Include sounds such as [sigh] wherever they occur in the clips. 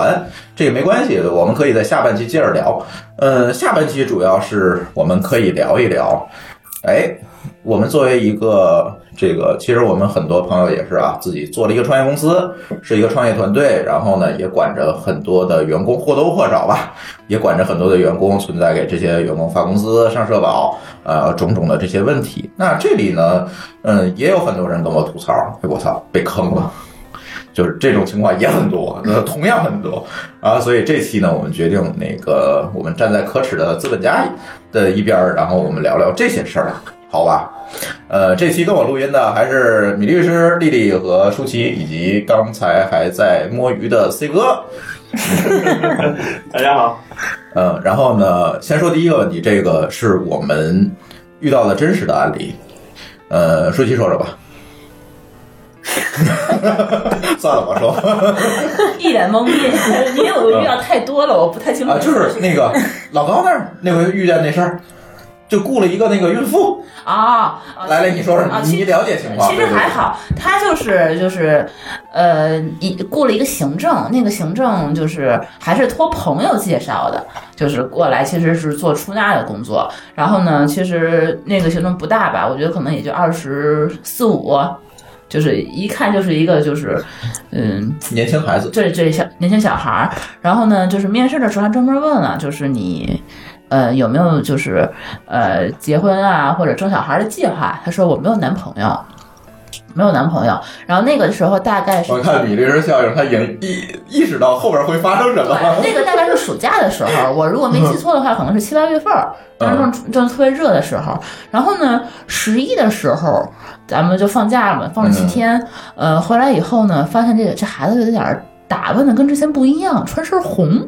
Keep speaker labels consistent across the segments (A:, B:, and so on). A: 这也没关系，我们可以在下半期接着聊，呃，下半期主要是我们可以聊一聊，哎，我们作为一个这个，其实我们很多朋友也是啊，自己做了一个创业公司，是一个创业团队，然后呢，也管着很多的员工，或多或少吧，也管着很多的员工，存在给这些员工发工资、上社保，呃，种种的这些问题。那这里呢，嗯，也有很多人跟我吐槽，哎，我操，被坑了。就是这种情况也很多，那同样很多啊，所以这期呢，我们决定那个我们站在可耻的资本家的一边儿，然后我们聊聊这些事儿，好吧？呃，这期跟我录音的还是米律师、丽丽和舒淇，以及刚才还在摸鱼的 C 哥。
B: [laughs] 大家好，
A: 嗯，然后呢，先说第一个问题，这个是我们遇到的真实的案例。呃，舒淇说说吧。 [laughs] 算了，我说
C: 一脸懵逼，因为我遇到太多了，我不太清楚。
A: 啊，就是那个老高那儿那回遇见那事儿，就雇了一个那个孕妇。
C: 啊，啊
A: 来来，你说说，
C: 啊
A: 你
C: 其
A: 你了解情况？
C: 其实
A: 对对
C: 还好，他就是就是，呃，一雇了一个行政，那个行政就是还是托朋友介绍的，就是过来其实是做出纳的工作。然后呢，其实那个行政不大吧，我觉得可能也就二十四五，就是一看就是一个就是，嗯，
A: 年轻孩子。
C: 对对，小年轻小孩儿。然后呢，就是面试的时候，他专门问了，就是你，呃，有没有就是呃结婚啊或者生小孩的计划？他说我没有男朋友，没有男朋友。然后那个时候大概是
A: 我看米律师效应，他已经意意识到后边会发生什么。
C: 对，那个大概是暑假的时候，我如果没记错的话，可能是七八月份儿，当时正正特别热的时候。然后呢，十一的时候，咱们就放假嘛，放了七天。呃，回来以后呢，发现这个这孩子有点儿打扮的跟之前不一样，穿身红。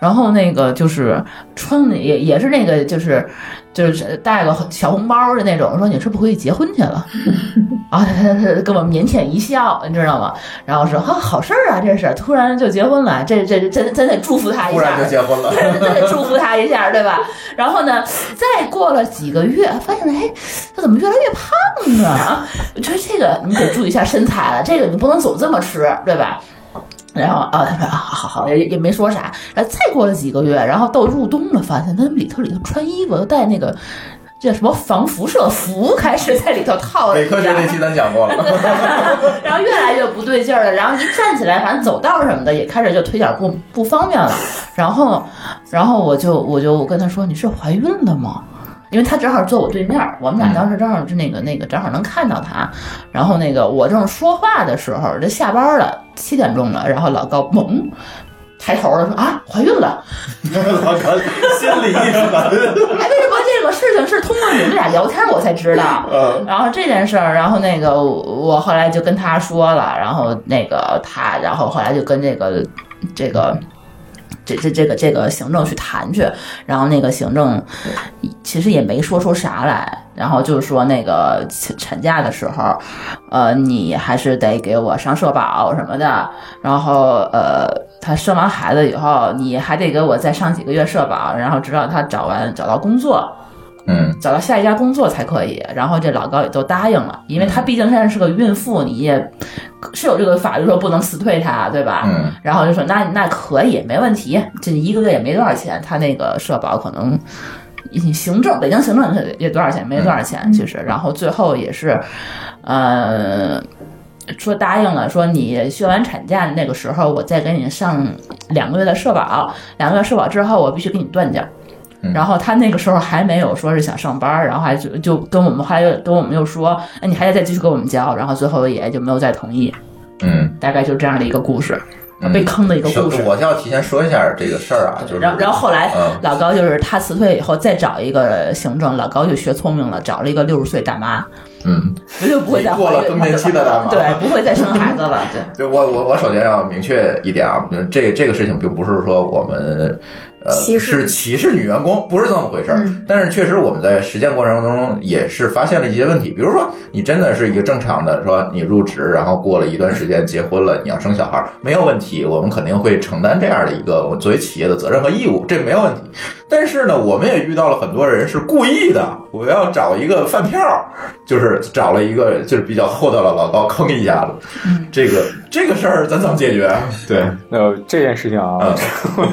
C: 然后那个就是穿的也也是那个就是就是带个小红包的那种，说你是不是回去结婚去了？ [laughs] 啊，他他他跟我腼腆一笑，你知道吗？然后说啊，好事儿啊，这是突然就结婚了，这这这真真得祝福他一
A: 忽
C: 下
A: 然，就结婚了，
C: 真的祝福他一下，对吧？然后呢，再过了几个月，发现哎，他怎么越来越胖呢？我觉得这个你得注意一下身材了，这个你不能总这么吃，对吧？然后啊，他说啊，好好，也也没说啥。然后再过了几个月，然后到入冬了，发现他里头里头穿衣服都带那个叫什么防辐射服，开始在里头套着
A: 伪
C: 一下。
A: 科学那期咱讲过了。
C: 然后越来越不对劲儿了，然后一站起来，反正走道什么的也开始就腿脚不不方便了。然后，然后我就我就跟他说：“你是怀孕了吗？”因为他正好坐我对面儿，我们俩当时正好是那个那个正好能看到他。然后那个我正说话的时候，这下班了，七点钟了，然后老高猛抬头了说：“啊，怀孕了。”
A: [laughs] 老哥心里一沉。
C: 哎，为什么这个事情是通过你们俩聊天我才知
A: [laughs]
C: 道？
A: 嗯
C: 然后这件事儿，然后那个我我后来就跟他说了，然后那个他，然后后来就跟这个这个。这这这个这个行政去谈去，然后那个行政其实也没说出啥来，然后就是说那个请产假的时候，呃，你还是得给我上社保什么的，然后呃，他生完孩子以后，你还得给我再上几个月社保，然后直到他找完找到工作，
A: 嗯，
C: 找到下一家工作才可以。然后这老高也都答应了，因为他毕竟现在是个孕妇，你也是有这个法律说不能辞退他，对吧？
A: 嗯
C: 然后就说那那可以，没问题，这一个月也没多少钱，他那个社保可能行政北京行政也也多少钱，没多少钱其实，然后最后也是，呃。说答应了，说你休完产假那个时候，我再给你上两个月的社保，两个月社保之后，我必须给你断掉。然后他那个时候还没有说是想上班，然后还就就跟我们后来又跟我们又说，哎，你还得再继续给我们交，然后最后也就没有再同意，
A: 嗯，
C: 大概就这样的一个故事，
A: 嗯
C: 被坑的一个故事。
A: 我要提前说一下这个事儿啊，就是
C: 然后，然后后来
A: 嗯
C: 老高就是他辞退以后再找一个行政，老高就学聪明了，找了一个六十岁大妈，
A: 嗯，
C: 绝对不会再
A: 过了更年期的大妈
C: 对，不会再生孩子了，
A: [laughs]
C: 对。
A: 就我我我首先要明确一点啊，这这个事情并不是说我们呃
D: 歧视
A: 是歧视女员工，不是这么回事儿。
D: 嗯
A: 但是确实我们在实践过程中也是发现了一些问题，比如说你真的是一个正常的说你入职，然后过了一段时间结婚了，你要生小孩儿没有问题，我们肯定会承担这样的一个我作为企业的责任和义务，这没有问题。但是呢，我们也遇到了很多人是故意的，我要找一个饭票儿，就是找了一个就是比较厚道的老高坑一下子。这个这个事儿咱怎么解决？啊对，
E: 那这件事情啊，
A: 嗯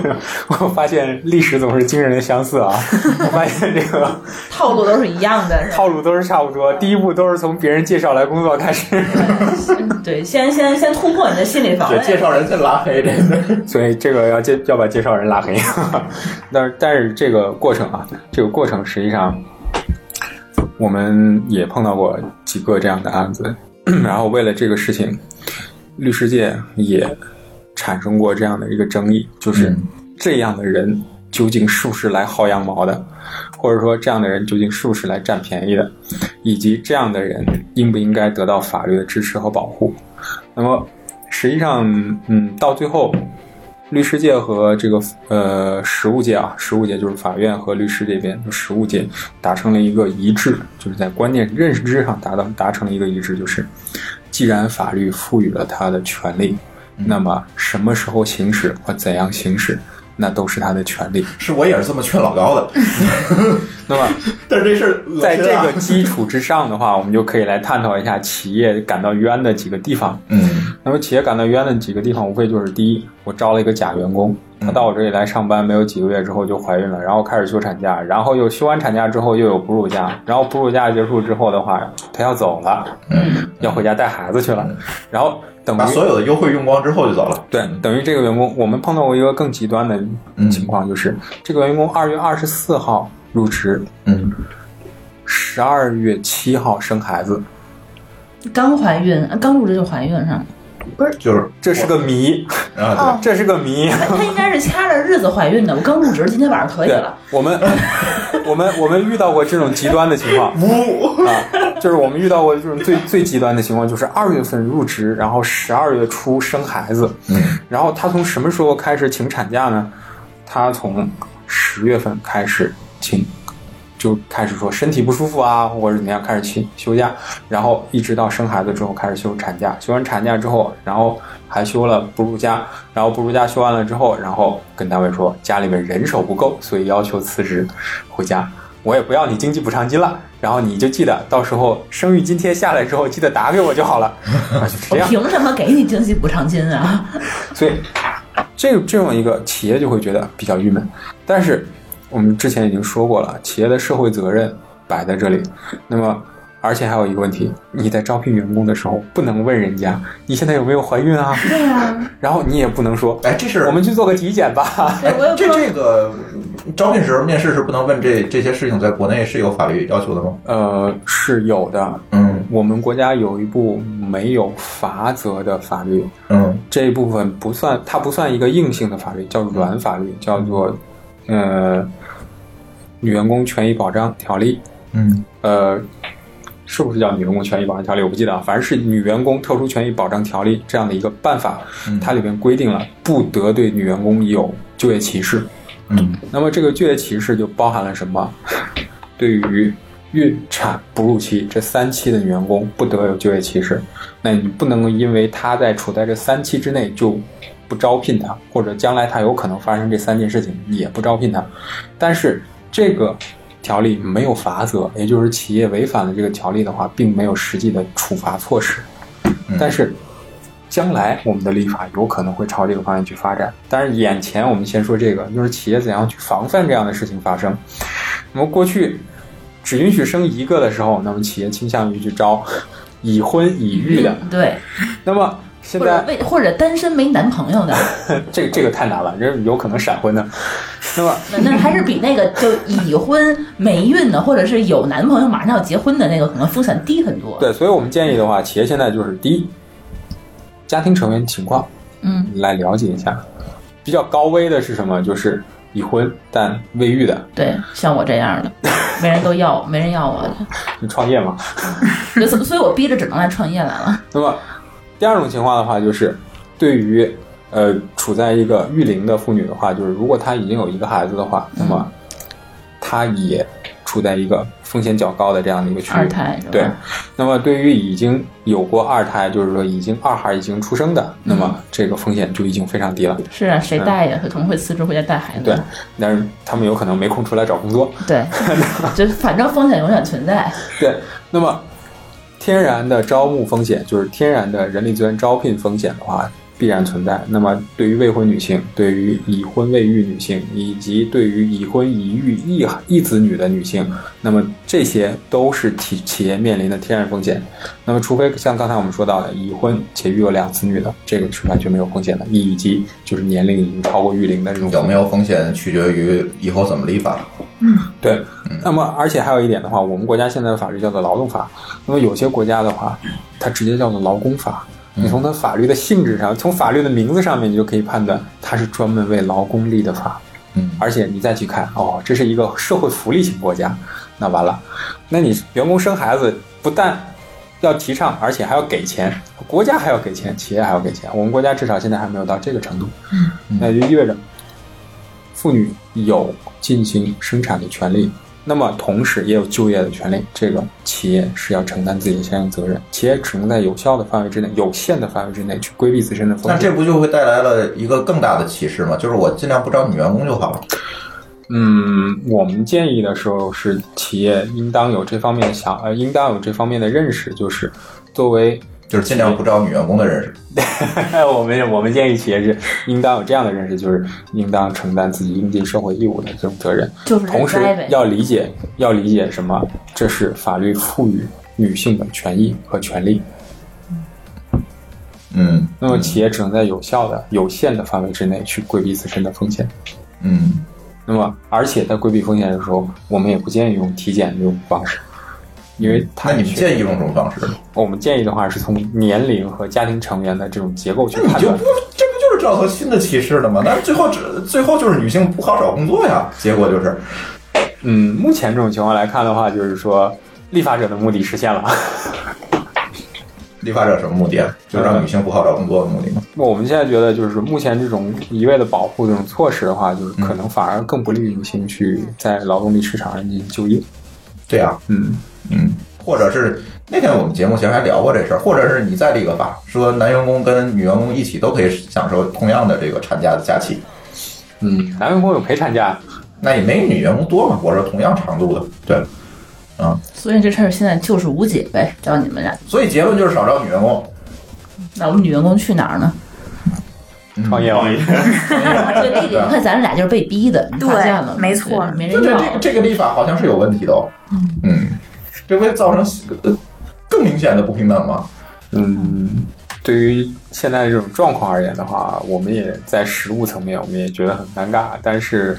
E: 我 [laughs] 发现历史总是惊人的相似啊。我发现这个
C: 套路都是一样的，是吧 [laughs]
E: 套路都是差不多，第一步都是从别人介绍来工作开始，
C: 对，先先先突破你的心理防
A: 对，介
C: 卫。
A: 绍人先拉黑这个。
E: 所以这个要介要把介绍人拉黑。 [laughs] 但是但是这个过程啊，这个过程实际上我们也碰到过几个这样的案子，然后为了这个事情，律师界也产生过这样的一个争议，就是
A: 嗯
E: 这样的人究竟是不是来薅羊毛的，或者说这样的人究竟是不是来占便宜的，以及这样的人应不应该得到法律的支持和保护。那么实际上，嗯，到最后。律师界和这个呃实务界啊，实务界就是法院和律师这边，就实务界达成了一个一致，就是在观念认知上达到达成了一个一致，就是既然法律赋予了他的权利，那么什么时候行使或怎样行使，那都是他的权利。
A: 是我也是这么劝老高的，
E: 那么
A: [laughs] 但是这事儿恶心啊
E: 在这个基础之上的话，我们就可以来探讨一下企业感到冤的几个地方。
A: 嗯
E: 那么企业感到冤的几个地方，无非就是第一，我招了一个假员工，
A: 嗯
E: 她到我这里来上班没有几个月之后就怀孕了，然后开始休产假，然后又休完产假之后又有哺乳假，然后哺乳假结束之后的话，她要走了，
A: 嗯，
E: 要回家带孩子去了，然后等于
A: 把所有的优惠用光之后就走了。
E: 对，等于这个员工，我们碰到过一个更极端的
A: 嗯
E: 情况，就是、这个员工二月二十四号入职，
A: 嗯，
E: 十二月七号生孩子，
C: 刚怀孕，刚入职就怀孕是吗？ [laughs]
A: 就是
E: 这是哦个谜，
A: 啊，
E: 这是个谜。
C: 她她应该是掐着日子怀孕的。我刚入职，今天晚上可以
E: 对
C: 了。，
E: 我们 [laughs] 我们我们遇到过这种极端的情况
A: 对，呜，
E: 啊，就是我们遇到过这种最最极端的情况，就是二月份入职，然后十二月初生孩子，
A: 嗯
E: 然后他从什么时候开始请产假呢？他从十月份开始请，就开始说身体不舒服啊，或者怎么样开始请休假，然后一直到生孩子之后开始休产假，休完产假之后，然后还休了哺乳假，然后哺乳假休完了之后，然后跟单位说家里面人手不够，所以要求辞职回家。我也不要你经济补偿金了，然后你就记得到时候生育津贴下来之后，记得打给我就好了。啊，就是
C: 我
E: 这样。
C: 凭什么给你经济补偿金啊？ [laughs]
E: 所以这这种一个企业就会觉得比较郁闷。但是我们之前已经说过了，企业的社会责任摆在这里。那么，而且还有一个问题，你在招聘员工的时候不能问人家你现在有没有怀孕啊？对啊。然后你也不能说，
A: 哎，这是
E: 我们去做个体检吧。
A: 哎
C: 对我也不知
A: 这
C: 道
A: 这个招聘时候面试是不能问这这些事情，在国内是有法律要求的吗？
E: 呃，是有的。
A: 嗯
E: 我们国家有一部没有罚则的法律，
A: 嗯
E: 这一部分不算，它不算一个硬性的法律，叫软法律，叫做呃《女员工权益保障条例》。
A: 嗯
E: 呃，是不是叫《女员工权益保障条例》？我不记得啊，反正是《女员工特殊权益保障条例》这样的一个办法，
A: 嗯
E: 它里面规定了不得对女员工有就业歧视。
A: 嗯
E: 那么这个就业歧视就包含了什么？ [laughs] 对于孕产、哺乳期这三期的女员工不得有就业歧视，那你不能够因为她在处在这三期之内就不招聘她，或者将来她有可能发生这三件事情你也不招聘她。但是这个条例没有罚则，也就是企业违反了这个条例的话，并没有实际的处罚措施。但是将来我们的立法有可能会朝这个方向去发展。但是眼前我们先说这个，就是企业怎样去防范这样的事情发生。那么过去只允许生一个的时候，那么企业倾向于去招 [laughs] 已婚已育的。
C: 对，
E: 那么现
C: 或者
E: 在
C: 为或者单身没男朋友的，
E: [laughs] 这个这个太难了，这有可能闪婚的。那么
C: 那那还是比那个就已婚没孕的，或者是有男朋友马上要结婚的那个，可能风险低很多。
E: 对，所以我们建议的话，企业现在就是第一，家庭成员情况
C: 嗯，
E: 来了解一下。比较高危的是什么？就是已婚但未育的，
C: 对，像我这样的，没人都要，没人要我的，
E: 你创业嘛。
C: 就所所以，我逼着只能来创业来了。
E: 那么第二种情况的话，就是对于呃处在一个育龄的妇女的话，就是如果她已经有一个孩子的话，
C: 嗯
E: 那么她也处在一个风险较高的这样的一个区域。
C: 二胎是吧？
E: 对，那么对于已经有过二胎，就是说已经二孩已经出生的，那
C: 嗯
E: 么这个风险就已经非常低了。
C: 是啊，谁带呀？可能会辞职回家带孩子。
E: 嗯对，但是他们有可能没空出来找工作。
C: 对，就是反正风险永远存在。
E: [laughs] 对，那么天然的招募风险，就是天然的人力资源招聘风险的话，必然存在。那么对于未婚女性、对于已婚未育女性，以及对于已婚已育一一子女的女性，那么这些都是企企业面临的天然风险。那么，除非像刚才我们说到的已婚且育有两子女的，这个是完全没有风险的，以及就是年龄已经超过育龄的这
A: 嗯
E: 种
A: 有没有风险取决于以后怎么立法。
E: 对，那么而且还有一点的话，我们国家现在的法律叫做劳动法，那么有些国家的话，它直接叫做劳工法。你从它法律的性质上，从法律的名字上面，你就可以判断它是专门为劳工立的法。
A: 嗯
E: 而且你再去看，哦，这是一个社会福利型国家，那完了，那你员工生孩子不但要提倡，而且还要给钱，国家还要给钱，企业还要给钱。我们国家至少现在还没有到这个程度，嗯，那就意味着妇女有进行生产的权利，那么同时也有就业的权利。这个企业是要承担自己的相应责任，企业只能在有效的范围之内、有限的范围之内去规避自身的风
A: 那
E: 险。
A: 这不就会带来了一个更大的歧视吗？就是我尽量不招女员工就好了。
E: 嗯，我们建议的时候是，企业应当有这方面的想，呃，应当有这方面的认识，就是作为， [laughs]
A: 就是尽量不招女员工的人士，
E: 我们我们建议企业是应当有这样的认识，就是应当承担自己应尽社会义务的这种责任，
C: 就是
E: 同时
C: 人栽呗
E: 要理解要理解什么，这是法律赋予女性的权益和权利。
A: 嗯
E: 那么企业只能在有效的、有限的范围之内去规避自身的风险。
A: 嗯，
E: 那么，而且在规避风险的时候，我们也不建议用体检这种方式，因为它
A: 那你们
E: 确
A: 建议用什么方式？
E: 我们建议的话是从年龄和家庭成员的这种结构去
A: 那你
E: 判
A: 就
E: 断
A: 不。这不就是找到新的歧视了吗？那最后只最后就是女性不好找工作呀，结果就是
E: 嗯，目前这种情况来看的话，就是说立法者的目的实现了。 [laughs]
A: 立法者什么目的啊？就是让女性不好找工作的目的吗？
E: 我们现在觉得，就是目前这种一味的保护这种措施的话，就是可能反而更不利于女性去在劳动力市场上进行就业。
A: 对呀、
E: 嗯，
A: 嗯，或者是那天我们节目前还聊过这事儿，或者是你再立个法，说男员工跟女员工一起都可以享受同样的这个产假的假期，
E: 嗯，男员工有陪产假，
A: 那也没女员工多嘛。我说同样长度的，对，
C: 所以这事儿现在就是无解呗，找你们俩。
A: 所以结论就是少招女员工。
C: 那我们女员工去哪儿呢？
E: 创业网
B: 创业
C: 对，那个你看咱俩就是被逼的，你发现了吗
D: 对没错
C: 对没
A: 这
C: 人
A: 这
C: 要。
A: 这这个立法好像是有问题的、哦，嗯，这会造成呃更明显的不平等吗？
E: 嗯，对于现在这种状况而言的话，我们也在实物层面，我们也觉得很尴尬。但是，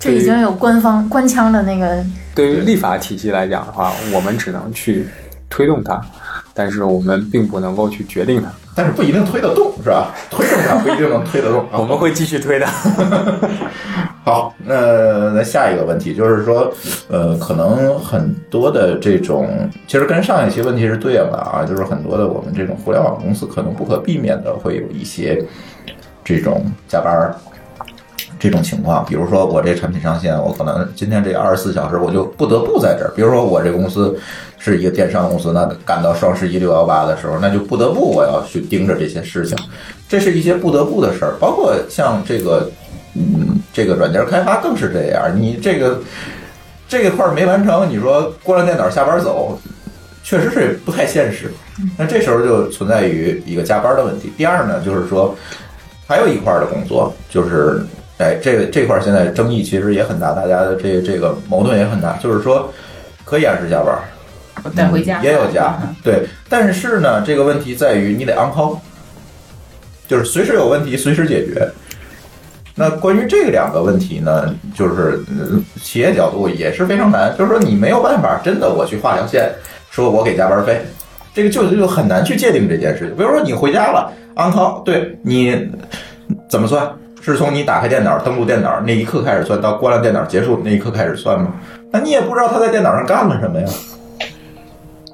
D: 这已经有官方官腔的那个，
E: 对于立法体系来讲的话，我们只能去推动它，但是我们并不能够去决定它。
A: 但是不一定推得动，是吧？推动它不一定能推得动。
E: [laughs] 我们会继续推的。
A: 好，那那下一个问题就是说，呃，可能很多的这种，其实跟上一期问题是对应的啊，就是很多的我们这种互联网公司可能不可避免的会有一些这种加班儿这种情况，比如说我这产品上线，我可能今天这二十四小时我就不得不在这儿。比如说我这公司是一个电商公司，那赶到双十一六幺八的时候，那就不得不我要去盯着这些事情，这是一些不得不的事儿。包括像这个，嗯，这个软件开发更是这样，你这个这一块儿没完成，你说关了电脑下班走，确实是不太现实。那这时候就存在于一个加班的问题。第二呢，就是说还有一块儿的工作，就是哎，这个这块儿现在争议其实也很大，大家的这这个矛盾也很大，就是说可以按时加班，
C: 我带回
E: 嗯
C: 家
A: 嗯也有家，
C: [laughs]
A: 对，但是呢，这个问题在于你得 on call，就是随时有问题随时解决。那关于这两个问题呢，就是呃企业角度也是非常难，就是说你没有办法，真的我去画条线，说我给加班费，这个就就很难去界定这件事情。比如说你回家了，on call，对你怎么算？是从你打开电脑、登录电脑那一刻开始算，到关了电脑结束那一刻开始算吗？那你也不知道他在电脑上干了什么呀？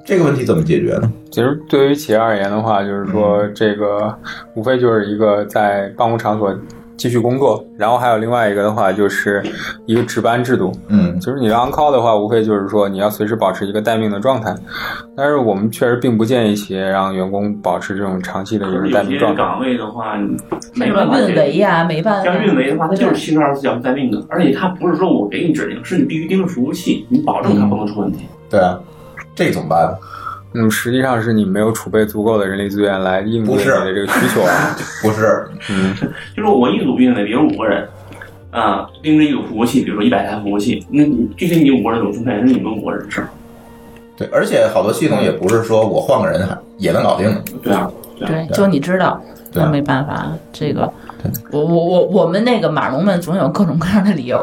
A: 这个问题怎么解决呢？
E: [laughs] 其实对于企业而言的话，就是说这个无非就是一个在办公场所继续工作，然后还有另外一个的话就是一个值班制度。
A: 嗯
E: 就是你的 on call 的话，无非就是说你要随时保持一个待命的状态，但是我们确实并不建议企业让员工保持这种长期的一
B: 可是
E: 个
B: 有
E: 待命
B: 些
E: 状态。
B: 岗位的话，你
C: 什
B: 没
C: 么
B: 办法
C: 运
B: 解
C: 维
B: 决。
C: 呀，没办法，
B: 像运维的话，它就是七十二十四小时待命的，而且它不是说我给你指令，是你必须盯着服务器，你保证它不能出问题。
A: 对啊，这怎么办呢？
E: 嗯，实际上是你没有储备足够的人力资源来应对
A: 不
E: 你
A: 是
E: 的这个需求啊。
A: [laughs] 不是，
E: 嗯，
B: 就是我一组运维，比如五个人，啊，盯着一组服务器，比如说一百台服务器，那你这些你五个人怎么分配？是你们五个人的事儿，
A: 对，而且好多系统也不是说我换个人还也能搞定的。
B: 对啊。
C: 对，就你知道，
A: 对
C: 那没办法，这个我我我我们那个码农们总有各种各样的理由，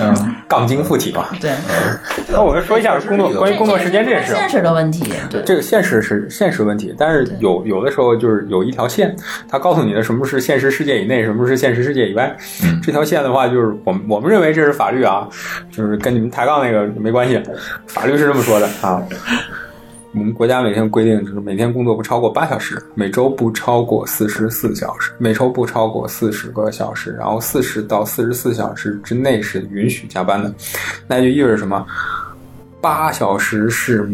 A: 嗯，
E: 杠精附体嘛。
C: 对，
A: 呃
E: 那我们说一下工作关于工作时间这件事。啊
C: 现实的问题，对，
E: 这个现实是现实问题，但是有有的时候就是有一条线，它告诉你的什么是现实世界以内，什么是现实世界以外。
A: 嗯
E: 这条线的话，就是我们我们认为这是法律啊，就是跟你们抬杠那个没关系，法律是这么说的啊。我们国家每天规定就是每天工作不超过八小时，每周不超过四十四小时，每周不超过四十个小时，然后四十到四十四小时之内是允许加班的。那就意味着什么？八小时是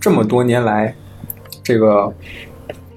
E: 这么多年来，这个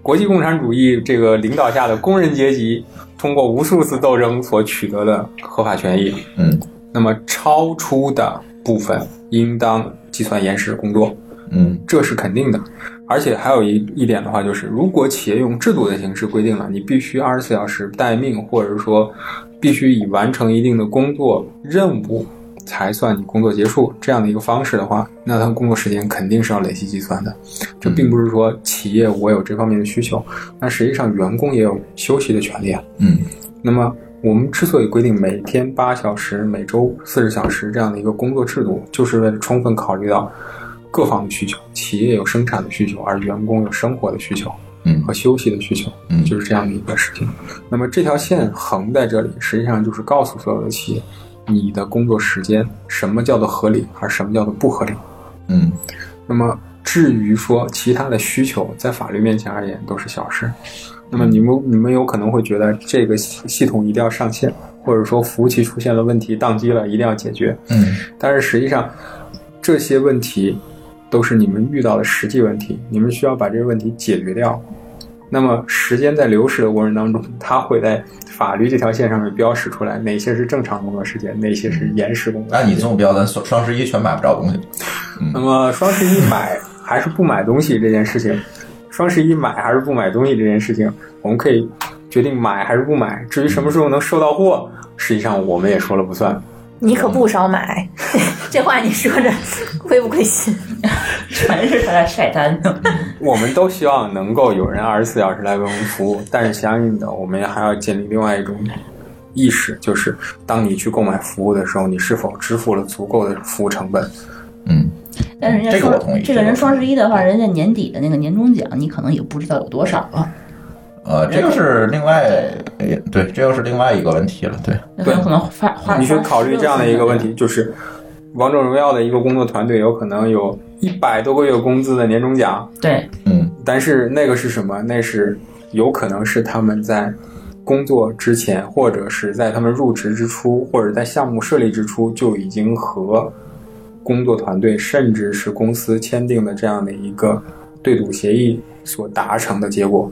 E: 国际共产主义这个领导下的工人阶级通过无数次斗争所取得的合法权益。
A: 嗯，
E: 那么超出的部分应当计算延时工作，
A: 嗯
E: 这是肯定的。而且还有一一点的话，就是如果企业用制度的形式规定了你必须二十四小时待命，或者说必须已完成一定的工作任务才算你工作结束这样的一个方式的话，那它工作时间肯定是要累计计算的。这并不是说企业我有这方面的需求，那实际上员工也有休息的权利啊。
A: 嗯
E: 那么我们之所以规定每天八小时、每周四十小时这样的一个工作制度，就是为了充分考虑到各方的需求，企业有生产的需求，而员工有生活的需求
A: 嗯
E: 和休息的需求，
A: 嗯
E: 就是这样的一个事情。那么这条线横在这里，实际上就是告诉所有的企业，你的工作时间什么叫做合理，而什么叫做不合理。
A: 嗯
E: 那么至于说其他的需求，在法律面前而言都是小事。那么你们你们有可能会觉得这个系系统一定要上线，或者说服务器出现了问题宕机了，一定要解决。
A: 嗯
E: 但是实际上，这些问题都是你们遇到的实际问题，你们需要把这些问题解决掉。那么时间在流逝的过程当中，它会在法律这条线上面标识出来哪些是正常工作时间，哪些是延时工作时间。
A: 按你这么标，咱双双十一全买不着东西。
E: 那么双十一买还是不买东西这件事情，双十一买还是不买东西这件事情，我们可以决定买还是不买。至于什么时候能收到货，实际上我们也说了不算。
D: 你可不少买， [laughs] 这话你说着亏不亏心？
C: 全是他在晒单
A: 嗯
C: 呢。
E: 我们都希望能够有人二十四小时来为我们服务，但是相应的，我们也还要建立另外一种意识，就是当你去购买服务的时候，你是否支付了足够的服务成本？
A: 嗯，
C: 但人家
A: 这个
C: 双
A: 我同意
C: 这个人双十一的话，人家年底的那个年终奖，你可能也不知道有多少啊，
A: 呃，这又是另外，哎对，这又是另外一个问题了。对，
C: 那很有可能发花。
E: 你去
C: 花
E: 考虑这样的一个问
C: 16
E: 题，就是王者荣耀的一个工作团队有可能有一百多个月工资的年终奖，
C: 次，对，
A: 嗯
E: 但是那个是什么？那是有可能是他们在工作之前，或者是在他们入职之初，或者在项目设立之初，就已经和工作团队甚至是公司签订的这样的一个对赌协议所达成的结果，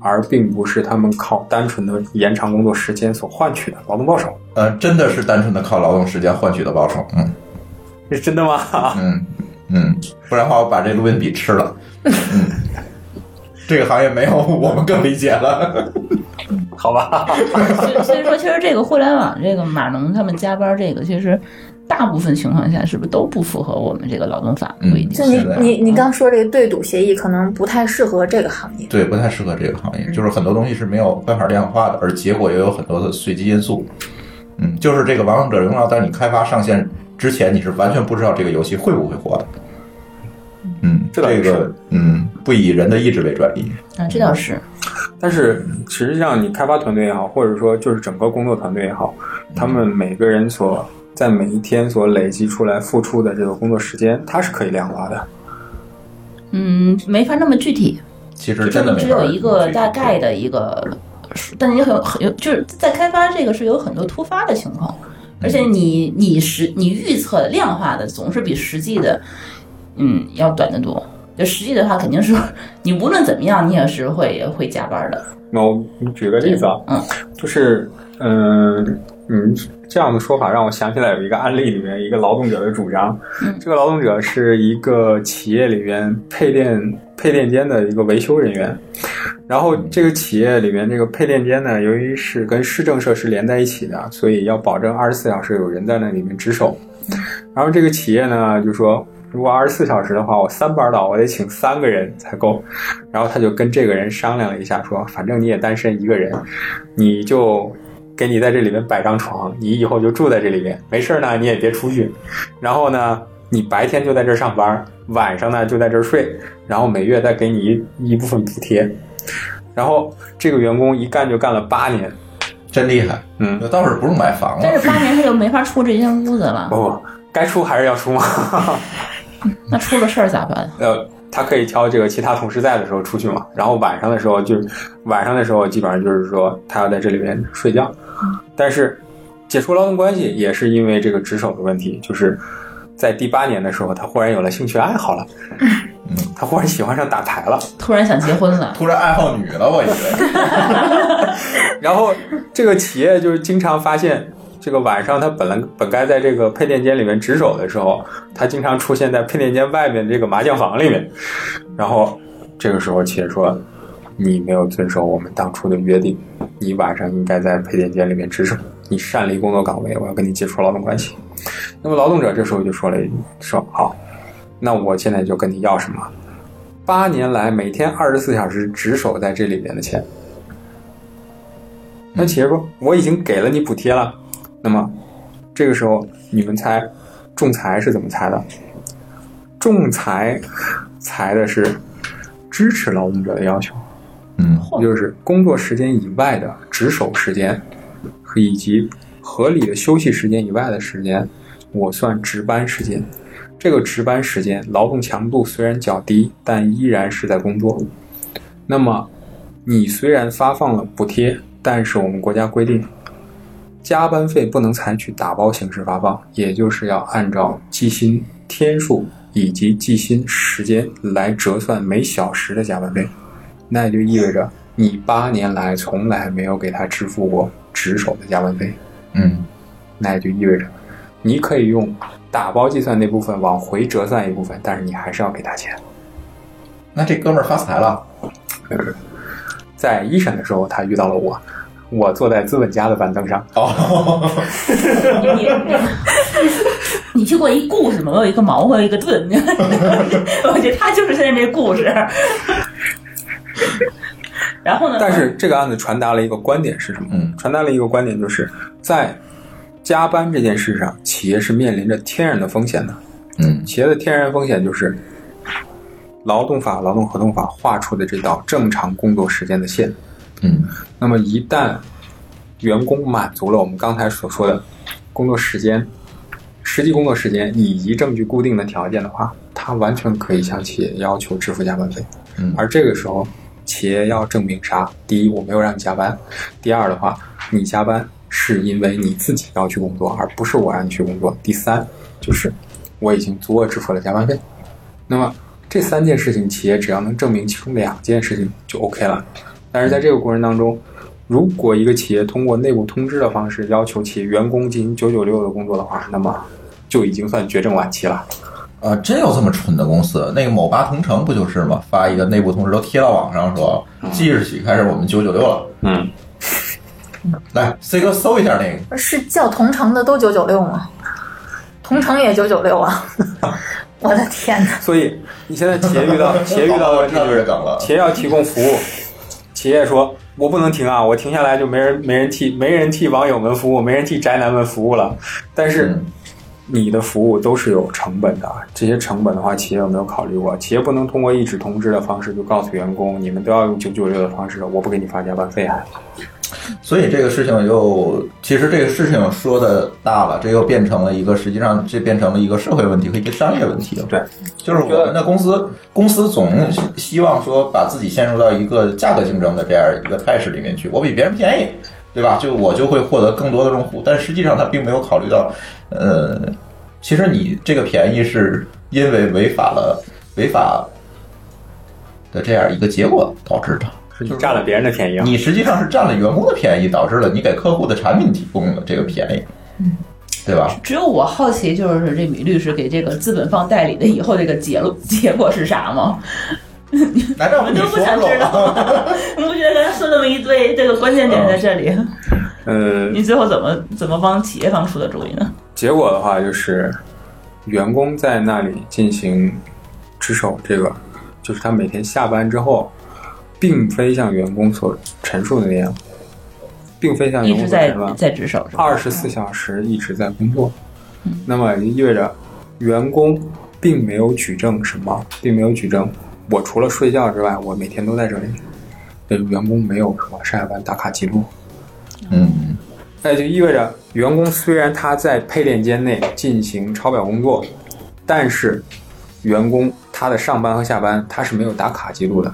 E: 而并不是他们靠单纯的延长工作时间所换取的劳动报酬。
A: 呃，真的是单纯的靠劳动时间换取的报酬。嗯
E: [laughs] 是真的吗？ [laughs]
A: 嗯嗯，不然的话我把这录音笔吃了。嗯这个行业没有 [laughs] 我们更理解了。
F: 好吧，
C: 所以所以说，其实这个互联网这个码农他们加班这个，其实大部分情况下是不是都不符合我们这个劳动法规定？
D: 就你
A: 是的
D: 你你刚说这个对赌协议，可能不太适合这个行业。
A: 对，不太适合这个行业，
D: 嗯
A: 就是很多东西是没有办法量化的，而结果也有很多的随机因素。嗯，就是这个《王者荣耀》，在你开发上线之前，你是完全不知道这个游戏会不会火的。嗯，
E: 这
A: 这
E: 倒也
A: 个
E: 是
A: 嗯，不以人的意志为转移。
C: 啊，这倒是。
E: [laughs] 但是实际上，你开发团队也好，或者说就是整个工作团队也好，他
A: 嗯
E: 们每个人所在每一天所累积出来付出的这个工作时间，它是可以量化的。
C: 嗯，没法那么具体，
A: 其实真的没
C: 只
A: 法
C: 有一个大概的一个，但也很很有，就是在开发这个是有很多突发的情况，
A: 嗯
C: 而且你你实你预测的量化的总是比实际的，嗯，要短得多。就实际的话，肯定是 [laughs] 你无论怎么样，你也是会会加班的。
E: 那我举个例子啊，
C: 嗯
E: 就是嗯，嗯，这样的说法让我想起来有一个案例里面一个劳动者的主张，
C: 嗯
E: 这个劳动者是一个企业里面配电配电间的一个维修人员，然后这个企业里面这个配电间呢，由于是跟市政设施连在一起的，所以要保证二十四小时有人在那里面值守，然后这个企业呢就说。如果二十四小时的话，我三班倒，我得请三个人才够。然后他就跟这个人商量了一下，说：“反正你也单身一个人，你就给你在这里面摆张床，你以后就住在这里面，没事儿呢你也别出去。然后呢，你白天就在这儿上班，晚上呢就在这儿睡，然后每月再给你一一部分补贴。然后这个员工一干就干了八年，
A: 真厉害。
E: 嗯，
A: 倒是不用买房
C: 但
A: 了，
C: 是八年他就没法出这间屋子了
E: 不，不，该出还是要 [laughs] 出嘛。
C: 那出了事儿咋办？
E: 呃，他可以挑这个其他同事在的时候出去嘛，然后晚上的时候就晚上的时候基本上就是说他要在这里面睡觉，但是解除劳动关系也是因为这个职守的问题，就是在第八年的时候，他忽然有了兴趣爱好了，他忽然喜欢上打牌了，
C: 突然想结婚
A: [laughs]
C: 了，
A: 突然爱好女了，我以为。
E: 然后这个企业就是经常发现。这个晚上，他本来本该在这个配电间里面值守的时候，他经常出现在配电间外面这个麻将房里面。然后这个时候，企业说：“你没有遵守我们当初的约定，你晚上应该在配电间里面值守，你擅离工作岗位，我要跟你解除劳动关系。”那么劳动者这时候就说了一句：“说好，那我现在就跟你要什么？八年来每天二十四小时值守在这里边的钱。”那企业说：“我已经给了你补贴了。”那么这个时候，你们猜仲裁是怎么裁的？仲裁裁的是支持劳动者的要求，
A: 嗯，
E: 也就是工作时间以外的值守时间，和以及合理的休息时间以外的时间，我算值班时间。这个值班时间劳动强度虽然较低，但依然是在工作。那么，你虽然发放了补贴，但是我们国家规定，加班费不能采取打包形式发放，也就是要按照计薪天数以及计薪时间来折算每小时的加班费。那也就意味着你八年来从来没有给他支付过值守的加班费，
A: 嗯，
E: 那也就意味着你可以用打包计算那部分往回折算一部分，但是你还是要给他钱。
A: 那这哥们儿发财了，
E: 在一审的时候，他遇到了我，我坐在资本家的板凳上，
A: 哦，
C: 你 [laughs] 你听过一故事吗？我有一个矛，我有一个盾， [laughs] 我觉得他就是现在这故事。 [laughs] 然 [laughs] 后呢？
E: 但是这个案子传达了一个观点是什么？
A: 嗯
E: 传达了一个观点就是在加班这件事上，企业是面临着天然的风险的。
A: 嗯
E: 企业的天然风险就是劳动法、劳动合同法画出的这道正常工作时间的线。
A: 嗯
E: 那么一旦员工满足了我们刚才所说的工作时间、实际工作时间以及证据固定的条件的话，他完全可以向企业要求支付加班费。
A: 嗯
E: 而这个时候，企业要证明啥？第一，我没有让你加班；第二的话，你加班是因为你自己要去工作，而不是我让你去工作；第三，就是我已经足额支付了加班费。那么这三件事情，企业只要能证明其中两件事情就 OK 了。但是在这个过程当中，如果一个企业通过内部通知的方式要求其员工进行九九六的工作的话，那么就已经算绝症晚期了。
A: 啊，真有这么蠢的公司？那个某吧同城不就是吗？发一个内部通知都贴到网上说，即日起开始我们九九六了。
E: 嗯，
A: [laughs] 来，C 哥搜一下那个，
D: 是叫同城的都九九六吗？同城也九九六 [laughs] 啊！我的天哪！
E: 所以你现在企业遇到企业遇
A: [laughs]
E: 到的问题
A: 那
E: 就
A: 哦就是是梗了。
E: 企业要提供服务，企业说我不能停啊，我停下来就没人没人替没人替网友们服务，没人替宅男们服务了。但是
A: 嗯
E: 你的服务都是有成本的，这些成本的话，企业有没有考虑过？企业不能通过一纸通知的方式就告诉员工，你们都要用九九六的方式，我不给你发加班费啊。
A: 所以这个事情又，其实这个事情说的大了，这又变成了一个，实际上这变成了一个社会问题和一个商业问题了。
E: 对，
A: 就是我们的公司，公司总希望说把自己陷入到一个价格竞争的这样一个态势里面去，我比别人便宜，对吧？就我就会获得更多的用户，但实际上他并没有考虑到，呃，其实你这个便宜是因为违法了违法的这样一个结果导致的。
E: 是你占了别人的便宜啊！
A: 你实际上是占了员工的便宜，导致了你给客户的产品提供了这个便宜，
C: 嗯
A: 对吧？
C: 只有我好奇，就是这米律师给这个资本方代理的以后这个结论 [laughs] 结果是啥吗？
A: 难道
C: 我
A: 你
C: 都不
A: 说
C: 想知
A: 了？
C: 道，你不觉得刚才说那么一堆，这个关键点在这里，
E: [laughs] 呃，
C: 你最后怎么怎么帮企业方出的主意呢？
E: 结果的话就是，员工在那里进行值守，这个就是他每天下班之后，并非像员工所陈述的那样，并非像
C: 一
E: 员
C: 直
E: 工所
C: 在
E: 陈述的那样
C: 在职守是吧？
E: 二十四小时一直在工作，
C: 嗯
E: 那么也意味着员工并没有举证什么，并没有举证我除了睡觉之外，我每天都在这里，对员工没有什么上下班打卡记录。
A: [laughs] 嗯，
E: 那就意味着员工虽然他在配电间内进行抄表工作，但是员工他的上班和下班他是没有打卡记录的。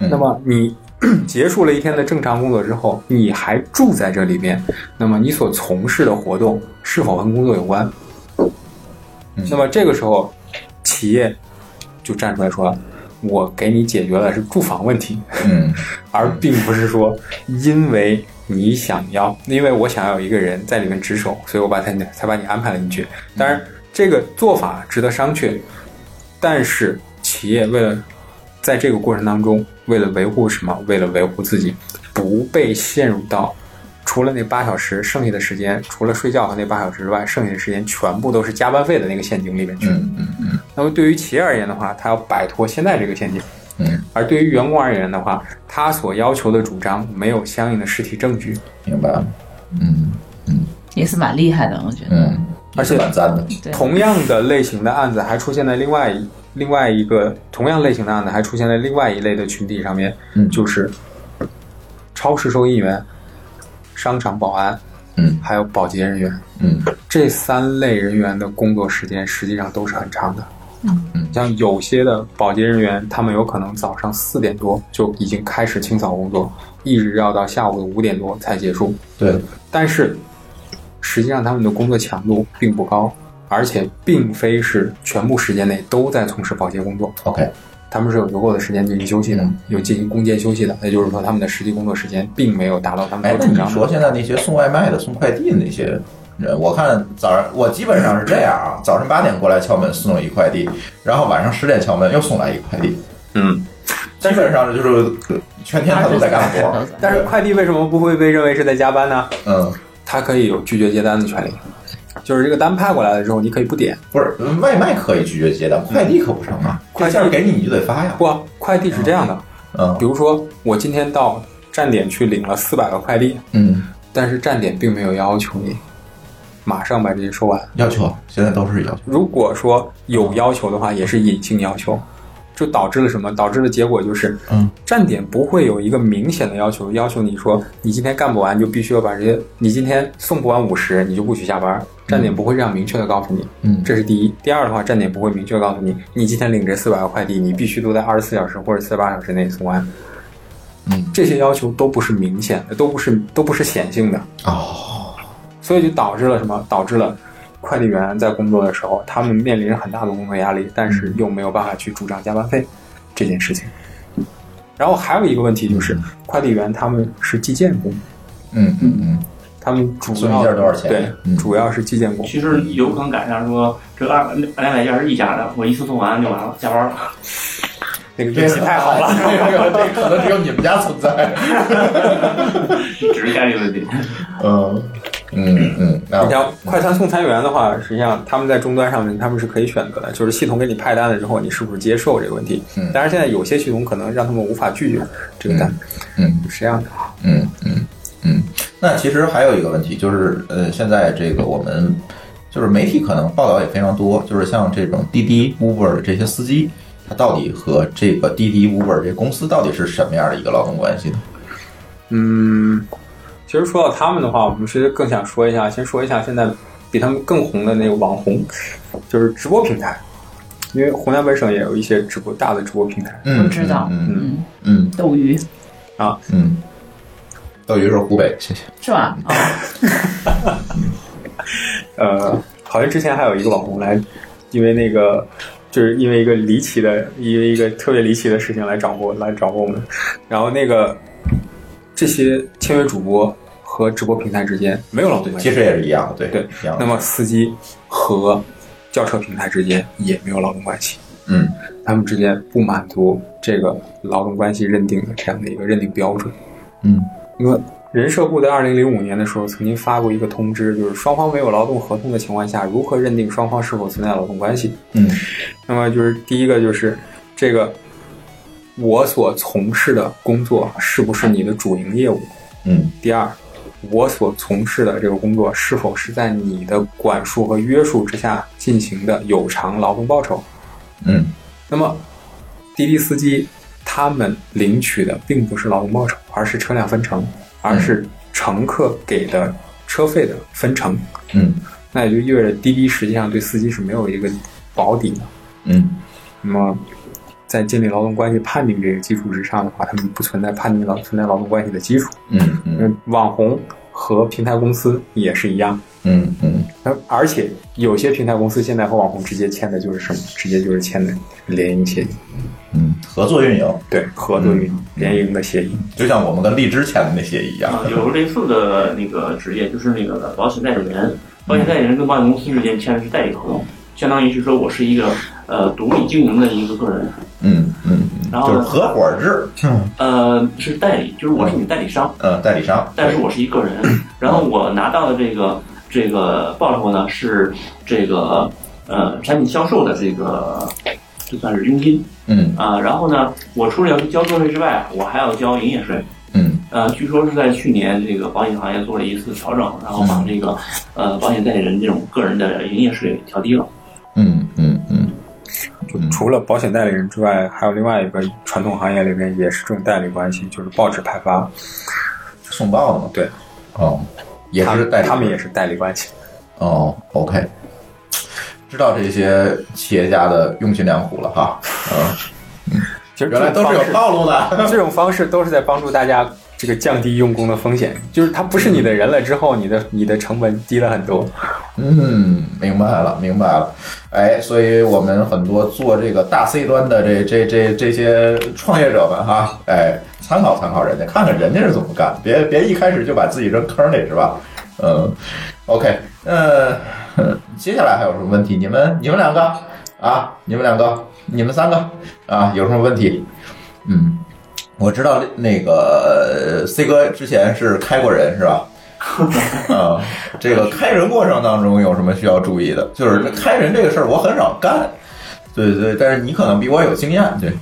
A: 嗯
E: 那么你 [clears throat] 结束了一天的正常工作之后，你还住在这里面，那么你所从事的活动是否跟工作有关？
A: 嗯
E: 那么这个时候，企业就站出来说：“我给你解决的是住房问题。”
A: 嗯
E: 而并不是说因为你想要，因为我想要有一个人在里面值守，所以我把他才把你安排了进去。当然，这个做法值得商榷，但是企业为了在这个过程当中，为了维护什么？为了维护自己不被陷入到。除了那八小时，剩下的时间，除了睡觉和那八小时之外，剩下的时间全部都是加班费的那个陷阱里面去。
A: 嗯嗯嗯
E: 那么对于企业而言的话，它要摆脱现在这个陷阱，
A: 嗯，
E: 而对于员工而言的话，他所要求的主张没有相应的实体证据，
A: 明白了。嗯
C: 也是蛮厉害的，我觉得。
A: 嗯，
E: 而且
A: 也是蛮赞的。
C: 对
E: 同样的类型的案子还出现在另外一另外一个同样类型的案子还出现在另外一类的群体上面，
A: 嗯
E: 就是超市收银员、商场保安，
A: 嗯
E: 还有保洁人员。
A: 嗯
E: 这三类人员的工作时间实际上都是很长的。嗯，像有些的保洁人员，他们有可能早上四点多就已经开始清扫工作，一直要到下午的五点多才结束。
A: 对，
E: 但是实际上他们的工作强度并不高，而且并非是全部时间内都在从事保洁工作，
A: OK，
E: 他们是有足够的时间进行休息
A: 嗯
E: 的，有进行攻坚休息的。也就是说，他们的实际工作时间并没有达到他们
A: 哎，
E: 的
A: 那
E: 主
A: 你
E: 张。
A: 说现在那些送外卖的、送快递的那些人，我看早上我基本上是这样啊，早上八点过来敲门送了一快递，然后晚上十点敲门又送来一快递，
E: 嗯，
A: 基本上就是呃全
E: 啊
A: 天他都在干活。
E: 但是快递为什么不会被认为是在加班呢？
A: 嗯。
E: 他可以有拒绝接单的权利，就是这个单派过来了之后，你可以不点。
A: 不是嗯外卖可以拒绝接单，快递可不成啊！快
E: 快递
A: 件儿给你你就得发呀。
E: 不，嗯快递是这样的，
A: 嗯
E: 比如说我今天到站点去领了四百个快递，
A: 嗯，
E: 但是站点并没有要求你马上把这些收完。
A: 要求现在都是要求。
E: 如果说有要求的话，也是隐性要求，就导致了什么？导致的结果就是，
A: 嗯，
E: 站点不会有一个明显的要求，要求你说你今天干不完，你就必须要把这些，你今天送不完五十，你就不许下班。站点不会这样明确的告诉你，
A: 嗯
E: 这是第一。第二的话，站点不会明确地告诉你，你今天领这四百个快递，你必须都在二十四小时或者四十八小时内送完。
A: 嗯，
E: 这些要求都不是明显的，都不是都不是显性的。
A: 哦，
E: 所以就导致了什么？导致了快递员在工作的时候，他们面临着很大的工作压力，但是又没有办法去主张加班费这件事情。然后还有一个问题就是，快递员他们是计件工，
A: 嗯嗯嗯，
E: 他们主
A: 所以
E: 要
A: 一件多少钱
E: 对，
A: 嗯
E: 主要是基建工。
B: 其实有可能赶上说这二两百件是一家的，我一次送完就完了，下班了。 [laughs]
E: 那个运气太好了， [laughs]
A: 这个可能只有你们家存在。
B: 只是家里问题。
A: 嗯嗯嗯，那
E: 你像快餐送餐员的话，实际上他们在终端上面他们是可以选择的，就是系统给你派单了之后，你是不是接受这个问题
A: 嗯。
E: 当然，现在有些系统可能让他们无法拒绝这个单，
A: 嗯
E: 是这样的。
A: 嗯嗯嗯，那其实还有一个问题就是，呃，现在这个我们就是媒体可能报道也非常多，就是像这种滴滴、Uber 的这些司机，他到底和这个滴滴、Uber 这公司到底是什么样的一个劳动关系呢？
E: 嗯，其实说到他们的话，我们其实更想说一下，先说一下现在比他们更红的那个网红，就是直播平台。因为湖南本省也有一些直播大的直播平台，
A: 嗯，
C: 我知道
A: 嗯
C: 嗯，
A: 嗯
C: 斗鱼
A: 嗯嗯，斗鱼是湖北，谢谢。
C: 是吧？啊，
E: 呃，好像之前还有一个网红来，因为那个就是因为一个离奇的，因为一个特别离奇的事情来找我，来找我们。然后那个这些签约主播和直播平台之间没有劳动关系，
A: 其实也是一样的，对
E: 对
A: 一样的。
E: 那么司机和轿车平台之间也没有劳动关系，
A: 嗯
E: 他们之间不满足这个劳动关系认定的这样的一个认定标准。
A: 嗯
E: 那么人社部在二零零五年的时候曾经发过一个通知，就是双方没有劳动合同的情况下，如何认定双方是否存在劳动关系？
A: 嗯
E: 那么就是第一个就是这个我所从事的工作是不是你的主营业务？
A: 嗯
E: 第二，我所从事的这个工作是否是在你的管束和约束之下进行的有偿劳动报酬？
A: 嗯
E: 那么，滴滴司机他们领取的并不是劳动报酬，而是车辆分成，而是乘客给的车费的分成。
A: 嗯
E: 那也就意味着滴滴实际上对司机是没有一个保底的。
A: 嗯
E: 那么，在建立劳动关系判定这个基础之上的话，他们不存在判定劳存在劳动关系的基础。
A: 嗯嗯
E: 嗯，网红和平台公司也是一样。
A: 嗯嗯，
E: 而而且有些平台公司现在和网红直接签的就是什么？直接就是签的联营协议，
A: 嗯，合作运营，
E: 对，合作运营、联营的协议。
A: 就像我们跟荔枝签的那些一样。
B: 啊，有类似的那个职业，就是那个保险代理人，保险代理人跟保险公司之间签的是代理合同，相当于是说我是一个呃独立经营的一个个人，
A: 嗯嗯，嗯
B: 然
A: 就是
B: 后
A: 合伙制，嗯
B: 呃是代理，就是我是你的代理商，
A: 呃，代理商，
B: 但是我是一个人，然后我拿到的这个这个报酬呢是这个呃产品销售的这个这算是佣金
A: 嗯
B: 啊、然后呢我除了要交个税之外，我还要交营业税。
A: 嗯
B: 呃，据说是在去年这个保险行业做了一次调整，然后把
A: 嗯
B: 这个呃保险代理人这种个人的营业税调低了。
A: 嗯嗯嗯
E: 就除了保险代理人之外，还有另外一个传统行业里面也是这种代理关系，就是报纸派发，
A: 送报的嘛，
E: 对，
A: 哦，也
E: 他
A: 是
E: 们
A: 代理，
E: 他们也是代理关系。
A: 哦，OK，知道这些企业家的用心良苦了哈，嗯，
E: 其实这
A: 原来
E: 种
A: 都是
E: 方
A: 有
E: 式，
A: 套路的，
E: 这种方式都是在帮助大家这个降低用工的风险，就是他不是你的人了之后，你的你的成本低了很多。
A: 嗯，明白了，明白了。哎，所以我们很多做这个大 C 端的这这这这些创业者们哈，哎，参考参考人家，看看人家是怎么干，别别一开始就把自己扔坑里是吧？嗯，OK，那、呃、接下来还有什么问题？你们你们两个啊，你们两个，你们三个啊，有什么问题？嗯，我知道那个呃 C 哥之前是开过人是吧？ [laughs] 啊、这个开人过程当中有什么需要注意的？就是开人这个事儿，我很少干。对对，但是你可能比我有经验。对，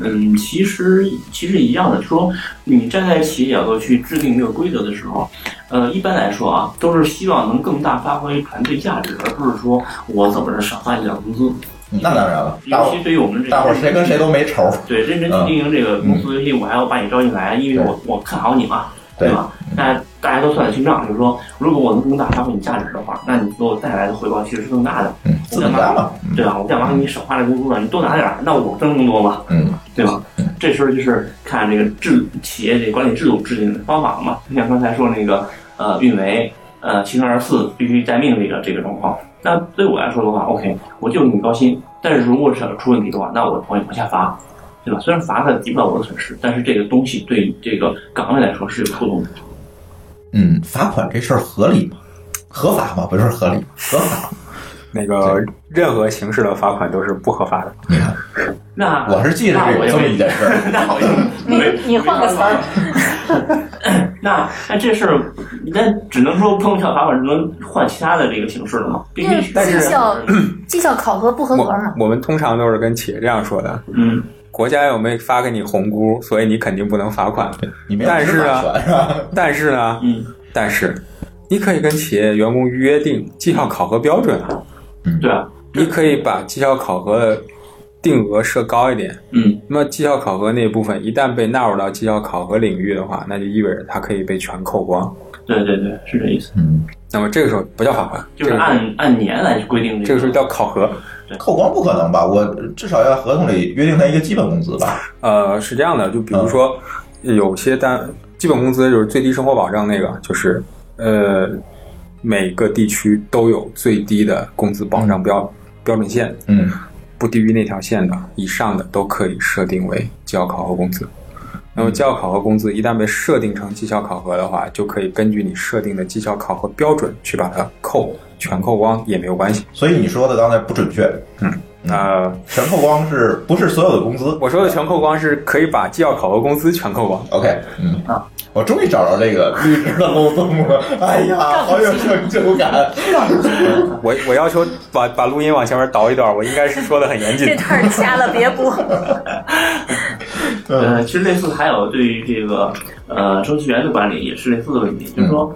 B: 嗯，其实其实一样的，说你站在企业角度去制定这个规则的时候，呃，一般来说啊，都是希望能更大发挥团队价值，而不是说我怎么着少发一点工资。
A: 嗯那当然了，大
B: 尤
A: 伙
B: 其对于我们这个
A: 大伙儿谁跟谁都没仇儿。
B: 对认真去经营这个公司，尤其我还要把你招进来，因为我我看好你嘛，
A: 对
B: 对吧？那大家都算得清账，就是说，如果我能更大发挥你价值的话，那你给我带来的回报其实是更大的，
A: 嗯，资本家嘛，
B: 对吧？我干嘛给你少花这工资呢？你多拿点儿，那我挣更多嘛，
A: 嗯
B: 对吧？这时候就是看这个制企业这管理制度制定的方法嘛，就像刚才说那个呃运维呃七乘二十四必须待命这个这个状况。那对我来说的话，OK，我就给你高薪，但是如果是出问题的话，那我同意往下罚，对吧？虽然罚的抵不了我的损失，但是这个东西对这个岗位来说是有触动的。
A: 嗯，罚款这事儿合理吗？合法吗？不是合理，合法。
E: 那个任何形式的罚款都是不合法的。
A: 你看，
B: 那
A: 我是记着
B: 那
A: 有
B: 我也
A: 这么
B: 没
A: 一件事儿。
B: [laughs] 那我就没
D: 你你换个词儿，
B: [laughs] 那那这事儿，那只能说不能跳罚款，只能换其他的这个形式了嘛。必
D: 因为
B: 须，
D: 嗯绩效绩效考核不合格
E: 我
D: 嘛。
E: 我们通常都是跟企业这样说的：
B: 嗯，
E: 国家又没发给你红箍，所以你肯定不能罚款。
A: 你没有
E: 但是
A: 执法
E: 啊
A: 权是吧？
E: 但是呢，
B: 嗯，
E: 但是你可以跟企业员工约定绩效考核标准啊，
B: 对啊，
E: 你可以把绩效考核的定额设高一点。
B: 嗯，
E: 那么绩效考核那一部分一旦被纳入到绩效考核领域的话，那就意味着它可以被全扣光。
B: 对对对，是这意思，
A: 嗯，
E: 那么这个时候不叫罚款，
B: 就是
E: 这个
B: 按按年来规定
E: 这个时候
B: 个。
E: 叫考核。
A: 扣光不可能吧？我至少要合同里约定他一个基本工资吧？
E: 呃，是这样的，就比如说有些单基本工资就是最低生活保障那个，就是呃每个地区都有最低的工资保障标、标准线，
A: 嗯，
E: 不低于那条线的以上的都可以设定为绩效考核工资。那么绩效考核工资一旦被设定成绩效考核的话，就可以根据你设定的绩效考核标准去把它扣全扣光也没有关系。
A: 所以你说的刚才不准确，
E: 呃，
A: 全扣光是不是所有的工资
E: 我说的全扣光是可以把绩效考核工资全扣光。
A: ？OK，嗯啊，我终于找着这个律师的漏洞了。哎呀，好有成就
B: [laughs]
A: 感！
B: 啊
E: 我我要求把把录音往前面倒一段，我应该是说的很严谨
D: 这。段儿掐了别播。
B: 呃，其实类似还有对于这个呃程序员的管理也是类似的问题，就是说。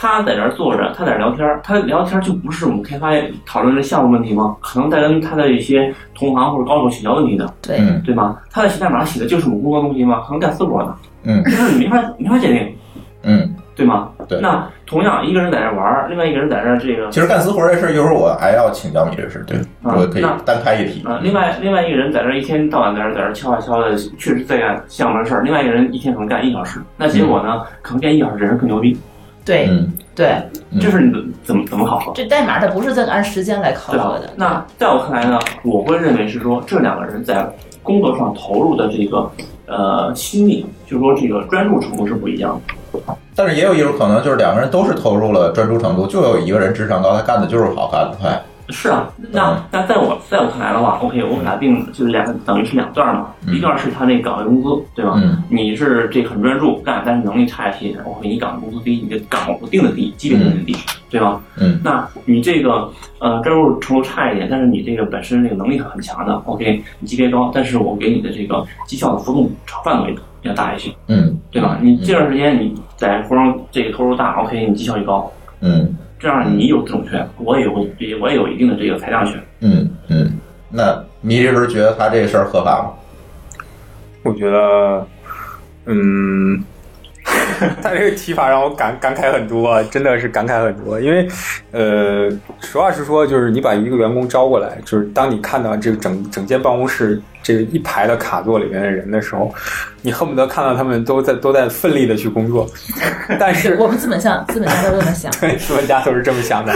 B: 他在那儿坐着，他在那儿聊天儿，他聊天儿就不是我们开发讨论的项目问题吗？可能在跟他的一些同行或者高手协调问题的，
C: 对，
A: 嗯
B: 对吗？他在写代码写的就是我们工作东西吗？可能干私活呢，
A: 嗯
B: 这事儿你没法没法界定，
A: 嗯，
B: 对吗？
A: 对
B: 那同样，一个人在那儿玩儿，另外一个人在那儿这个
A: 其实干私活这事儿，一会儿我还要请教米律师，对
B: 啊
A: 我可以
B: 那
A: 单开一题。
B: 啊，另外另外一个人在这儿一天到晚在这儿在这儿敲啊敲的，确实在干项目的事儿。另外一个人一天可能干一小时，那结果呢，可能干一小时这人更牛逼，
C: 对、
A: 嗯，
C: 对，
A: 嗯
B: 这是你的怎么怎么考核？
C: 这代码它不是在按时间来考
B: 对吧
C: 核的。？
B: 那在我看来呢，我会认为是说这两个人在工作上投入的这个呃心力，就是说这个专注程度是不一样的。
A: 但是也有一种可能，就是两个人都是投入了专注程度，就有一个人智商高，他干的就是好，干得快。
B: 是啊，
A: 嗯
B: 那那在我在我看来的话，OK，我给他定就是两等于是两段嘛，
A: 嗯
B: 一段是他那岗位工资，对吧？
A: 嗯
B: 你是这很专注干，但是能力差一些，我给你岗位工资低，你的岗位我定的低，基本定的低，对吧？
A: 嗯
B: 那你这个呃专注程度差一点，但是你这个本身这个能力很强的，OK，你 GPA 高，但是我给你的这个绩效的浮动范围要大一些，
A: 嗯，
B: 对吧？你这段时间你在活上这个投入大，OK，你绩效就高，
A: 嗯
B: 这样你有主动权，我也有我也有一定的这个裁量权。
A: 嗯嗯。那米律师觉得他这事儿合法吗？
E: 我觉得，嗯， [laughs] 他这个提法让我感感慨很多，真的是感慨很多。因为，呃，实话实说，就是你把一个员工招过来，就是当你看到这个整整间办公室这个一排的卡座里面的人的时候，你恨不得看到他们都在都在奋力的去工作，但是 [laughs]
C: 我们资本项资本家都这么想，
E: 资本家都是这么想的，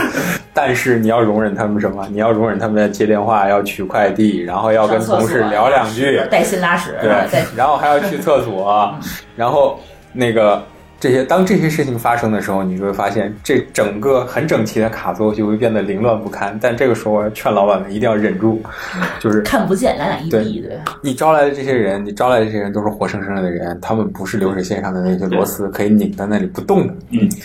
E: 但是你要容忍他们什么？你要容忍他们接电话，要取快递，然后要跟同事聊两句，
C: 带薪拉屎，啊
E: 对啊
C: 带，
E: 然后还要去厕所，然后那个这些，当这些事情发生的时候，你就会发现这整个很整齐的卡座就会变得凌乱不堪。但这个时候，我要劝老板们一定要忍住，就是
C: 看不见，两眼一闭，对吧？
E: 你招来的这些人，你招来的这些人都是活生生的人，他们不是流水线上的那些螺丝可以拧在那里不动的。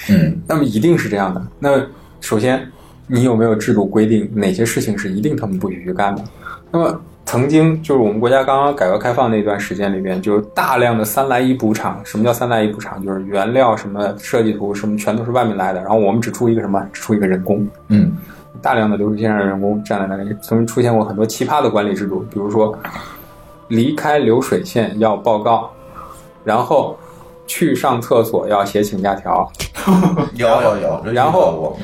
A: 嗯
E: 那么一定是这样的。那首先，你有没有制度规定哪些事情是一定他们不许去干的？那么曾经就是我们国家刚刚改革开放那段时间里面，就有大量的三来一补厂。什么叫三来一补厂？就是原料什么、设计图什么全都是外面来的，然后我们只出一个什么，只出一个人工。
A: 嗯
E: 大量的流水线上的员工站在那里，曾经出现过很多奇葩的管理制度，比如说离开流水线要报告，然后去上厕所要写请假条，
A: 有有有。
E: 然后
A: 我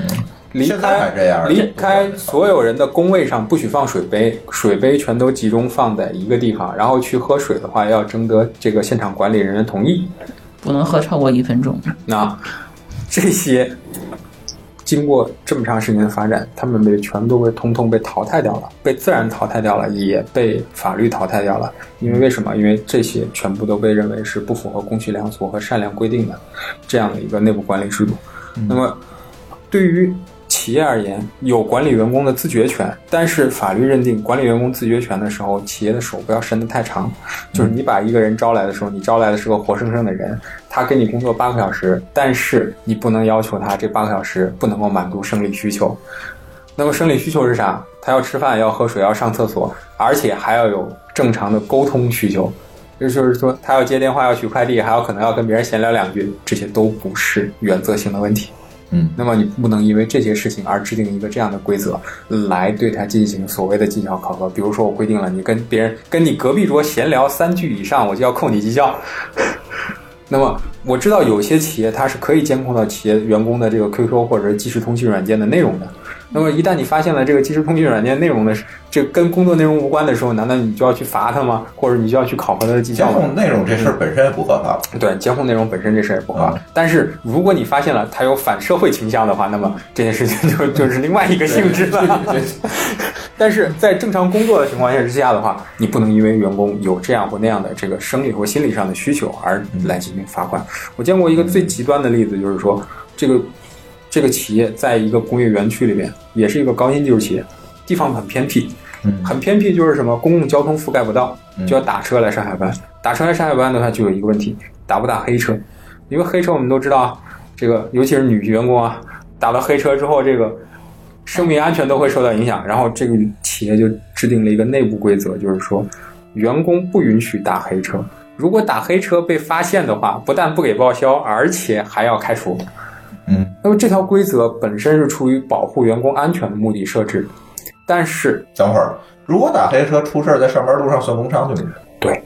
E: 离
A: 现在还
E: 开
A: 这样
E: 离开所有人的工位上不许放水杯，水杯全都集中放在一个地方，然后去喝水的话要征得这个现场管理人员同意。
C: 不能喝超过一分钟。
E: 那这些经过这么长时间的发展，他们被全部都被通通被淘汰掉了，被自然淘汰掉了，也被法律淘汰掉了。因为为什么？因为这些全部都被认为是不符合公序良俗和善良规定的这样的一个内部管理制度。那么，对于企业而言，有管理员工的自觉权，但是法律认定管理员工自觉权的时候，企业的手不要伸得太长。就是你把一个人招来的时候，你招来的是个活生生的人，他给你工作八个小时，但是你不能要求他这八个小时不能够满足生理需求。那么生理需求是啥？他要吃饭，要喝水，要上厕所，而且还要有正常的沟通需求。也就是说，他要接电话，要取快递，还有可能要跟别人闲聊两句，这些都不是原则性的问题。
A: 嗯
E: 那么你不能因为这些事情而制定一个这样的规则来对它进行所谓的绩效考核。比如说，我规定了你跟别人跟你隔壁桌闲聊三句以上，我就要扣你绩效。 [laughs] 那么我知道有些企业它是可以监控到企业员工的这个 QQ 或者是即时通讯软件的内容的。那么一旦你发现了这个即时通讯软件内容的这跟工作内容无关的时候，难道你就要去罚他吗？或者你就要去考核他的绩
A: 监
E: 效吗？
A: 控内容这事儿本身也不合法，
E: 对，监控内容本身这事儿也不好，
A: 嗯
E: 但是如果你发现了它有反社会倾向的话，那么这件事情就就是另外一个性质了。 [laughs] 但是在正常工作的情况下之下的话，你不能因为员工有这样或那样的这个生理或心理上的需求而来进行罚款。我见过一个最极端的例子，就是说这个这个企业在一个工业园区里边，也是一个高新技术企业，地方很偏僻，
A: 嗯
E: 很偏僻就是什么公共交通覆盖不到
A: 嗯，
E: 就要打车来上下班。打车来上下班的话，就有一个问题，打不打黑车？因为黑车我们都知道啊，这个尤其是女员工啊，打了黑车之后，这个生命安全都会受到影响。然后这个企业就制定了一个内部规则，就是说，员工不允许打黑车。如果打黑车被发现的话，不但不给报销，而且还要开除。
A: 嗯，
E: 那么这条规则本身是出于保护员工安全的目的设置，但是
A: 等会儿如果打黑车出事儿，在上班路上算工伤对吗？
E: 对，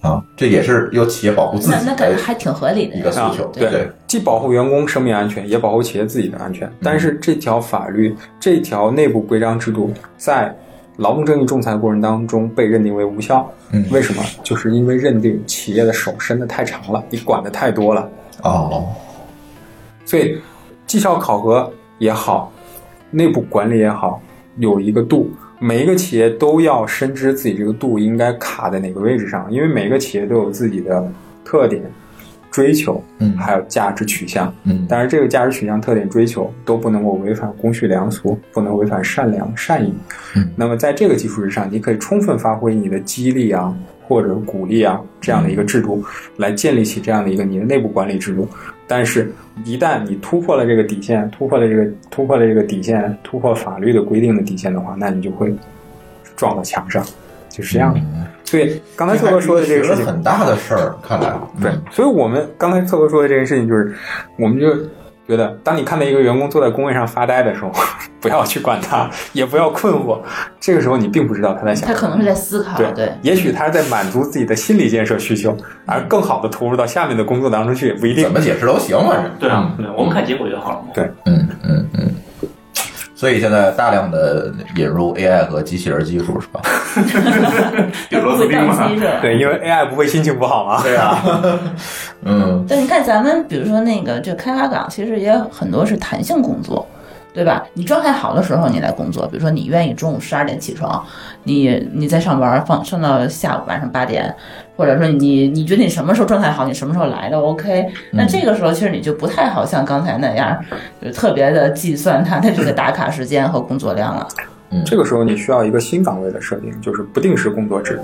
A: 啊，这也是由企业保护自
C: 那
A: 己
C: 那感
A: 的
C: 觉还挺合理的
A: 一个
C: 呀。
A: 诉求，
C: 对
A: 对，
E: 既保护员工生命安全，也保护企业自己的安全。但是这条法律、这条内部规章制度，在劳动争议仲裁过程当中被认定为无效。
A: 嗯
E: 为什么？就是因为认定企业的手伸得太长了，你管得太多了，
A: 哦，
E: 所以绩效考核也好，内部管理也好，有一个度。每一个企业都要深知自己这个度应该卡在哪个位置上，因为每个企业都有自己的特点、追求，
A: 嗯
E: 还有价值取向。
A: 嗯，
E: 但是这个价值取向、特点追求都不能够违反公序良俗，不能违反善良善意。
A: 嗯
E: 那么在这个基础之上，你可以充分发挥你的激励啊，或者鼓励啊这样的一个制度，来建立起这样的一个你的内部管理制度。但是，一旦你突破了这个底线，突破了这个突破了这个底线，突破法律的规定的底线的话，那你就会撞到墙上，就是这样的。
A: 嗯
E: 所以，刚才特哥说的这个事
A: 学
E: 情
A: 了，很大的事儿，看来嗯
E: 对，
C: 嗯
E: 所以我们刚才策哥说的这件事情，就是我们就觉得，当你看到一个员工坐在工位上发呆的时候， [laughs] 不要去管他，也不要困惑。这个时候你并不知道他在想
C: 他
E: 什么。
C: 可能是在思考，
E: 对
C: 对，
E: 也许他是在满足自己的心理建设需求，而更好的投入到下面的工作当中去也不一定
A: 怎。么解释都行，反正
B: 对啊，对啊，我们看结果就好了嘛。
A: 嗯嗯嗯。所以现在大量的引入 AI 和机器人技术是
E: [laughs]
A: 吧？
B: 比如螺丝
C: 会
B: 钉
C: 宕
B: 嘛
C: 机，是吧？
E: 对，因为 AI 不会心情不好嘛。
A: 对呀， [laughs] 嗯
C: 但你看咱们，比如说那个这开发岗，其实也很多是弹性工作，对吧？你状态好的时候你来工作，比如说你愿意中午十二点起床，你你在上班放上到下午晚上八点，或者说你你觉得你什么时候状态好，你什么时候来都 OK。那这个时候其实你就不太好像刚才那样，就特别的计算它的这个打卡时间和工作量了。
E: 这个时候你需要一个新岗位的设定，就是不定时工作制。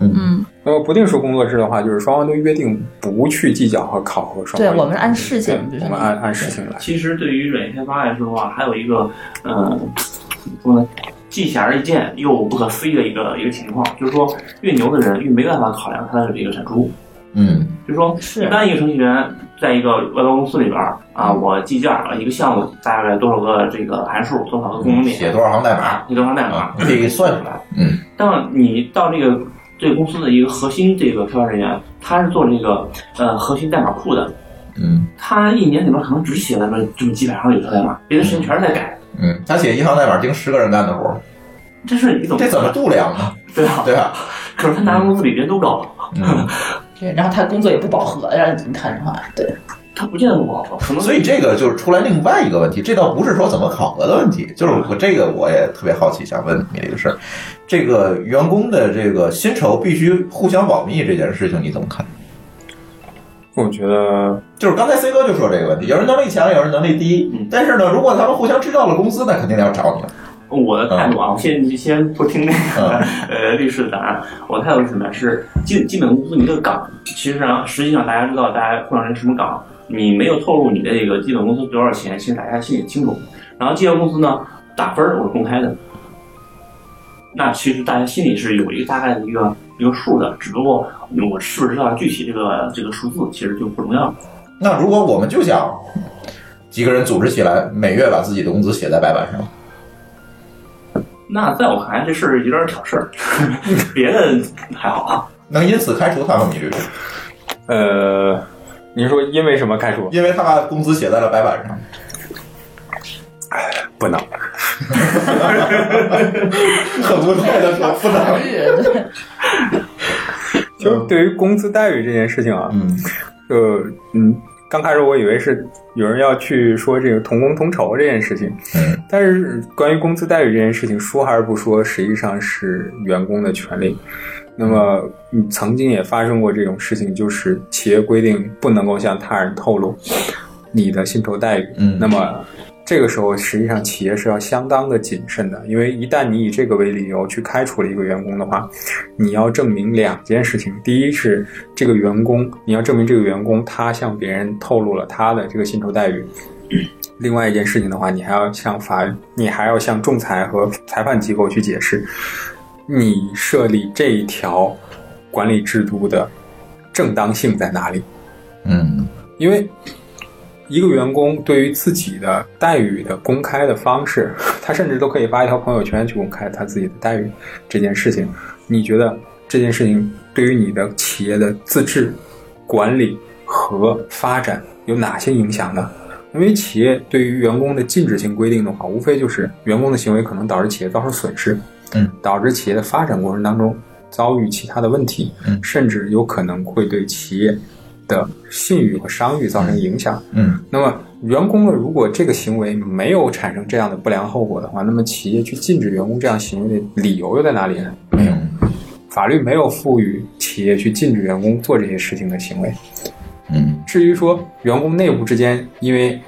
A: 嗯
E: 那么不定时工作制的话，就是双方都约定不去计较和考核双
C: 对
E: 方。
C: 我们是按事情，比
E: 对
C: 如
E: 我
C: 说
E: 们
C: 你
E: 按按事情来。
B: 其实对于软件开发来说的话，还有一个，呃，怎么说呢？既显而易见又不可思议的一个一个情况，就是说越牛的人越没办法考量他的一个产出。
A: 嗯
B: 就是说，
C: 是
B: 一般一个程序员在一个外包公司里边儿啊，我计件儿一个项目大概多少个这个函数，多少个功
A: 嗯，
B: 能点
A: 写多少行代码
B: 啊，你多少代码
A: 啊，，你得给算出来，嗯
B: 那你到这个这个公司的一个核心这个开发人员，他是做这个呃核心代码库的，
A: 嗯
B: 他一年里边可能只写了那么这么几百行有效代码，别的事情全是在改。
A: 嗯，他写一行代码盯十个人干的活儿，
B: 这事你怎么
A: 这怎么度量啊？
B: 对吧？
A: 对吧？
B: 可是他拿的工资比别人都高，
A: 嗯
C: 对，然后他工作也不饱和，让你看着话，对，
B: 它不见得不好考，可能
A: 所以这个就是出来另外一个问题，这倒不是说怎么考核的问题，就是我这个我也特别好奇，想问你这个事儿，这个员工的这个薪酬必须互相保密这件事情你怎么看？
E: 我觉得
A: 就是刚才 C 哥就说这个问题，有人能力强，有人能力低
B: 嗯，
A: 但是呢，如果他们互相知道了工资，那肯定要找你了。
B: 我的态度啊，我先先不听那个、 [laughs] 呃律师的答案，我的态度是什么呀？是基基本工资你这个岗，其实上实际上大家知道大家混上是什么岗，你没有透露你的这个基本工资多少钱，其实大家心里清楚。然后基本工资呢打分儿我是公开的，那其实大家心里是有一个大概的一个一个数的，只不过我是不是知道具体这个这个数字其实就不重要了。
A: 那如果我们就想几个人组织起来，每月把自己的工资写在白板上，
B: 那在我看来这事儿有点挑事儿， [laughs] 别的还好啊。
A: 能因此开除他和米律师，
E: 呃，您说因为什么开除？
A: 因为他把工资写在了白板上。 [laughs]
E: 不能，
A: 很无奈的说不
C: 考
A: 能。
C: 虑 [laughs] 对
E: 就是对于工资待遇这件事情啊，
A: 嗯
E: 就嗯，刚开始我以为是有人要去说这个同工同酬这件事情，
A: 嗯，
E: 但是关于工资待遇这件事情，说还是不说，实际上是员工的权利。那么，嗯曾经也发生过这种事情，就是企业规定不能够向他人透露你的薪酬待遇。
A: 嗯
E: 那么这个时候，实际上企业是要相当的谨慎的，因为一旦你以这个为理由去开除了一个员工的话，你要证明两件事情：第一是这个员工，你要证明这个员工他向别人透露了他的这个薪酬待遇；另外一件事情的话，你还要向法，你还要向仲裁和裁判机构去解释，你设立这一条管理制度的正当性在哪里。
A: 嗯
E: 因为一个员工对于自己的待遇的公开的方式，他甚至都可以发一条朋友圈去公开他自己的待遇这件事情。你觉得这件事情对于你的企业的自治、管理和发展有哪些影响呢？因为企业对于员工的禁止性规定的话，无非就是员工的行为可能导致企业遭受损失，
A: 嗯，
E: 导致企业的发展过程当中遭遇其他的问题，
A: 嗯
E: 甚至有可能会对企业的信誉和商誉造成影响。
A: 嗯
E: 那么，员工呢，如果这个行为没有产生这样的不良后果的话，那么企业去禁止员工这样行为的理由又在哪里呢？
A: 没有，
E: 法律没有赋予企业去禁止员工做这些事情的行为。
A: 嗯
E: 至于说员工内部之间因为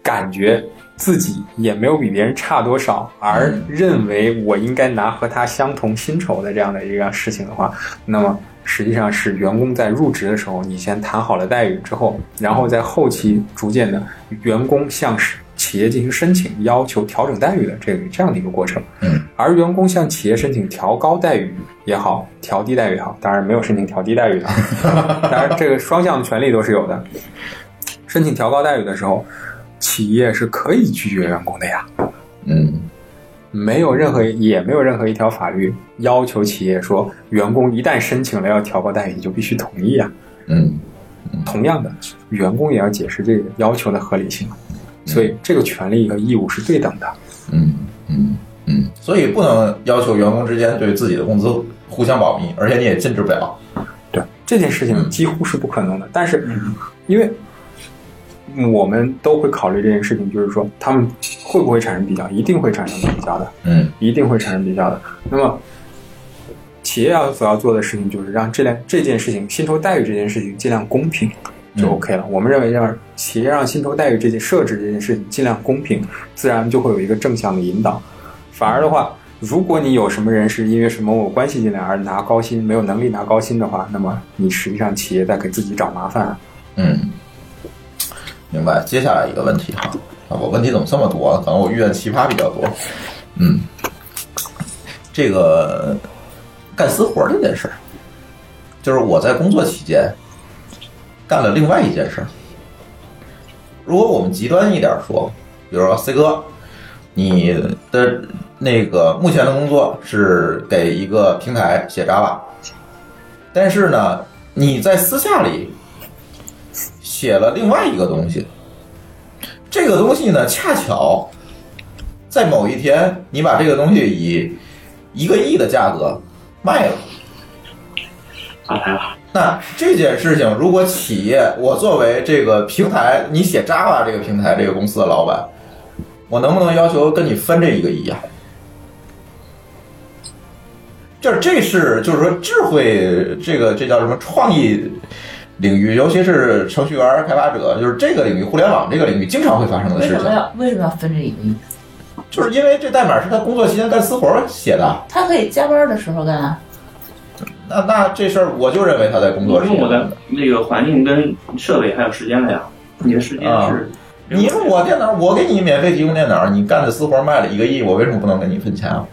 E: 感觉自己也没有比别人差多少，而认为我应该拿和他相同薪酬的这样的一个事情的话，那么实际上是员工在入职的时候，你先谈好了待遇之后，然后在后期逐渐的员工向企业进行申请，要求调整待遇的这个这样的一个过程。
A: 嗯
E: 而员工向企业申请调高待遇也好，调低待遇也好，当然没有申请调低待遇的，啊当然这个双向的权利都是有的。申请调高待遇的时候，企业是可以拒绝员工的呀，
A: 嗯
E: 没有任何也没有任何一条法律要求企业说，员工一旦申请了要调高待遇，你就必须同意啊。
A: 嗯
E: 同样的，员工也要解释这个要求的合理性，所以这个权利和义务是对等的。
A: 嗯嗯嗯，所以不能要求员工之间对自己的工资互相保密，而且你也禁止不了。
E: 对这件事情
A: 嗯
E: 几乎是不可能的。但是，因为我们都会考虑这件事情，就是说他们会不会产生比较，一定会产生比较的，
A: 嗯
E: 一定会产生比较的。那么，企业要所要做的事情就是让这件这件事情薪酬待遇这件事情尽量公平。就
A: 嗯
E: OK 了。我们认为让企业让薪酬待遇这件设置这件事情尽量公平，自然就会有一个正向的引导。反而的话，如果你有什么人是因为什么我关系进来而拿高薪，没有能力拿高薪的话，那么你实际上企业在给自己找麻烦。啊
A: 嗯，明白。接下来一个问题哈，啊，我问题怎么这么多？啊可能我遇见奇葩比较多。嗯，这个干私活这件事儿，就是我在工作期间干了另外一件事儿。如果我们极端一点说，比如说 C 哥，你的那个目前的工作是给一个平台写 Java，但是呢，你在私下里写了另外一个东西，这个东西呢，恰巧在某一天，你把这个东西以一个亿的价格卖了，
B: 发财了。
A: 那这件事情，如果企业，我作为这个平台，你写 Java 这个平台这个公司的老板，我能不能要求跟你分这一个亿啊？就是这是就是说智慧这个这叫什么创意领域，尤其是程序员、开发者，就是这个领域，互联网这个领域经常会发生的
C: 为
A: 事
C: 什么
A: 情，
C: 要为什么要分这一个亿？
A: 就是因为这代码是他工作期间干私活儿写的。
C: 他可以加班的时候干啊。
A: 那那这事儿，我就认为他在工作时
B: 因为
A: 间
B: 我的那个环境跟设备还有时间了呀，你的时间
A: 啊
B: 是。
A: 你用我电脑，我给你免费提供电脑，你干的私活卖了一个亿，我为什么不能给你分钱啊？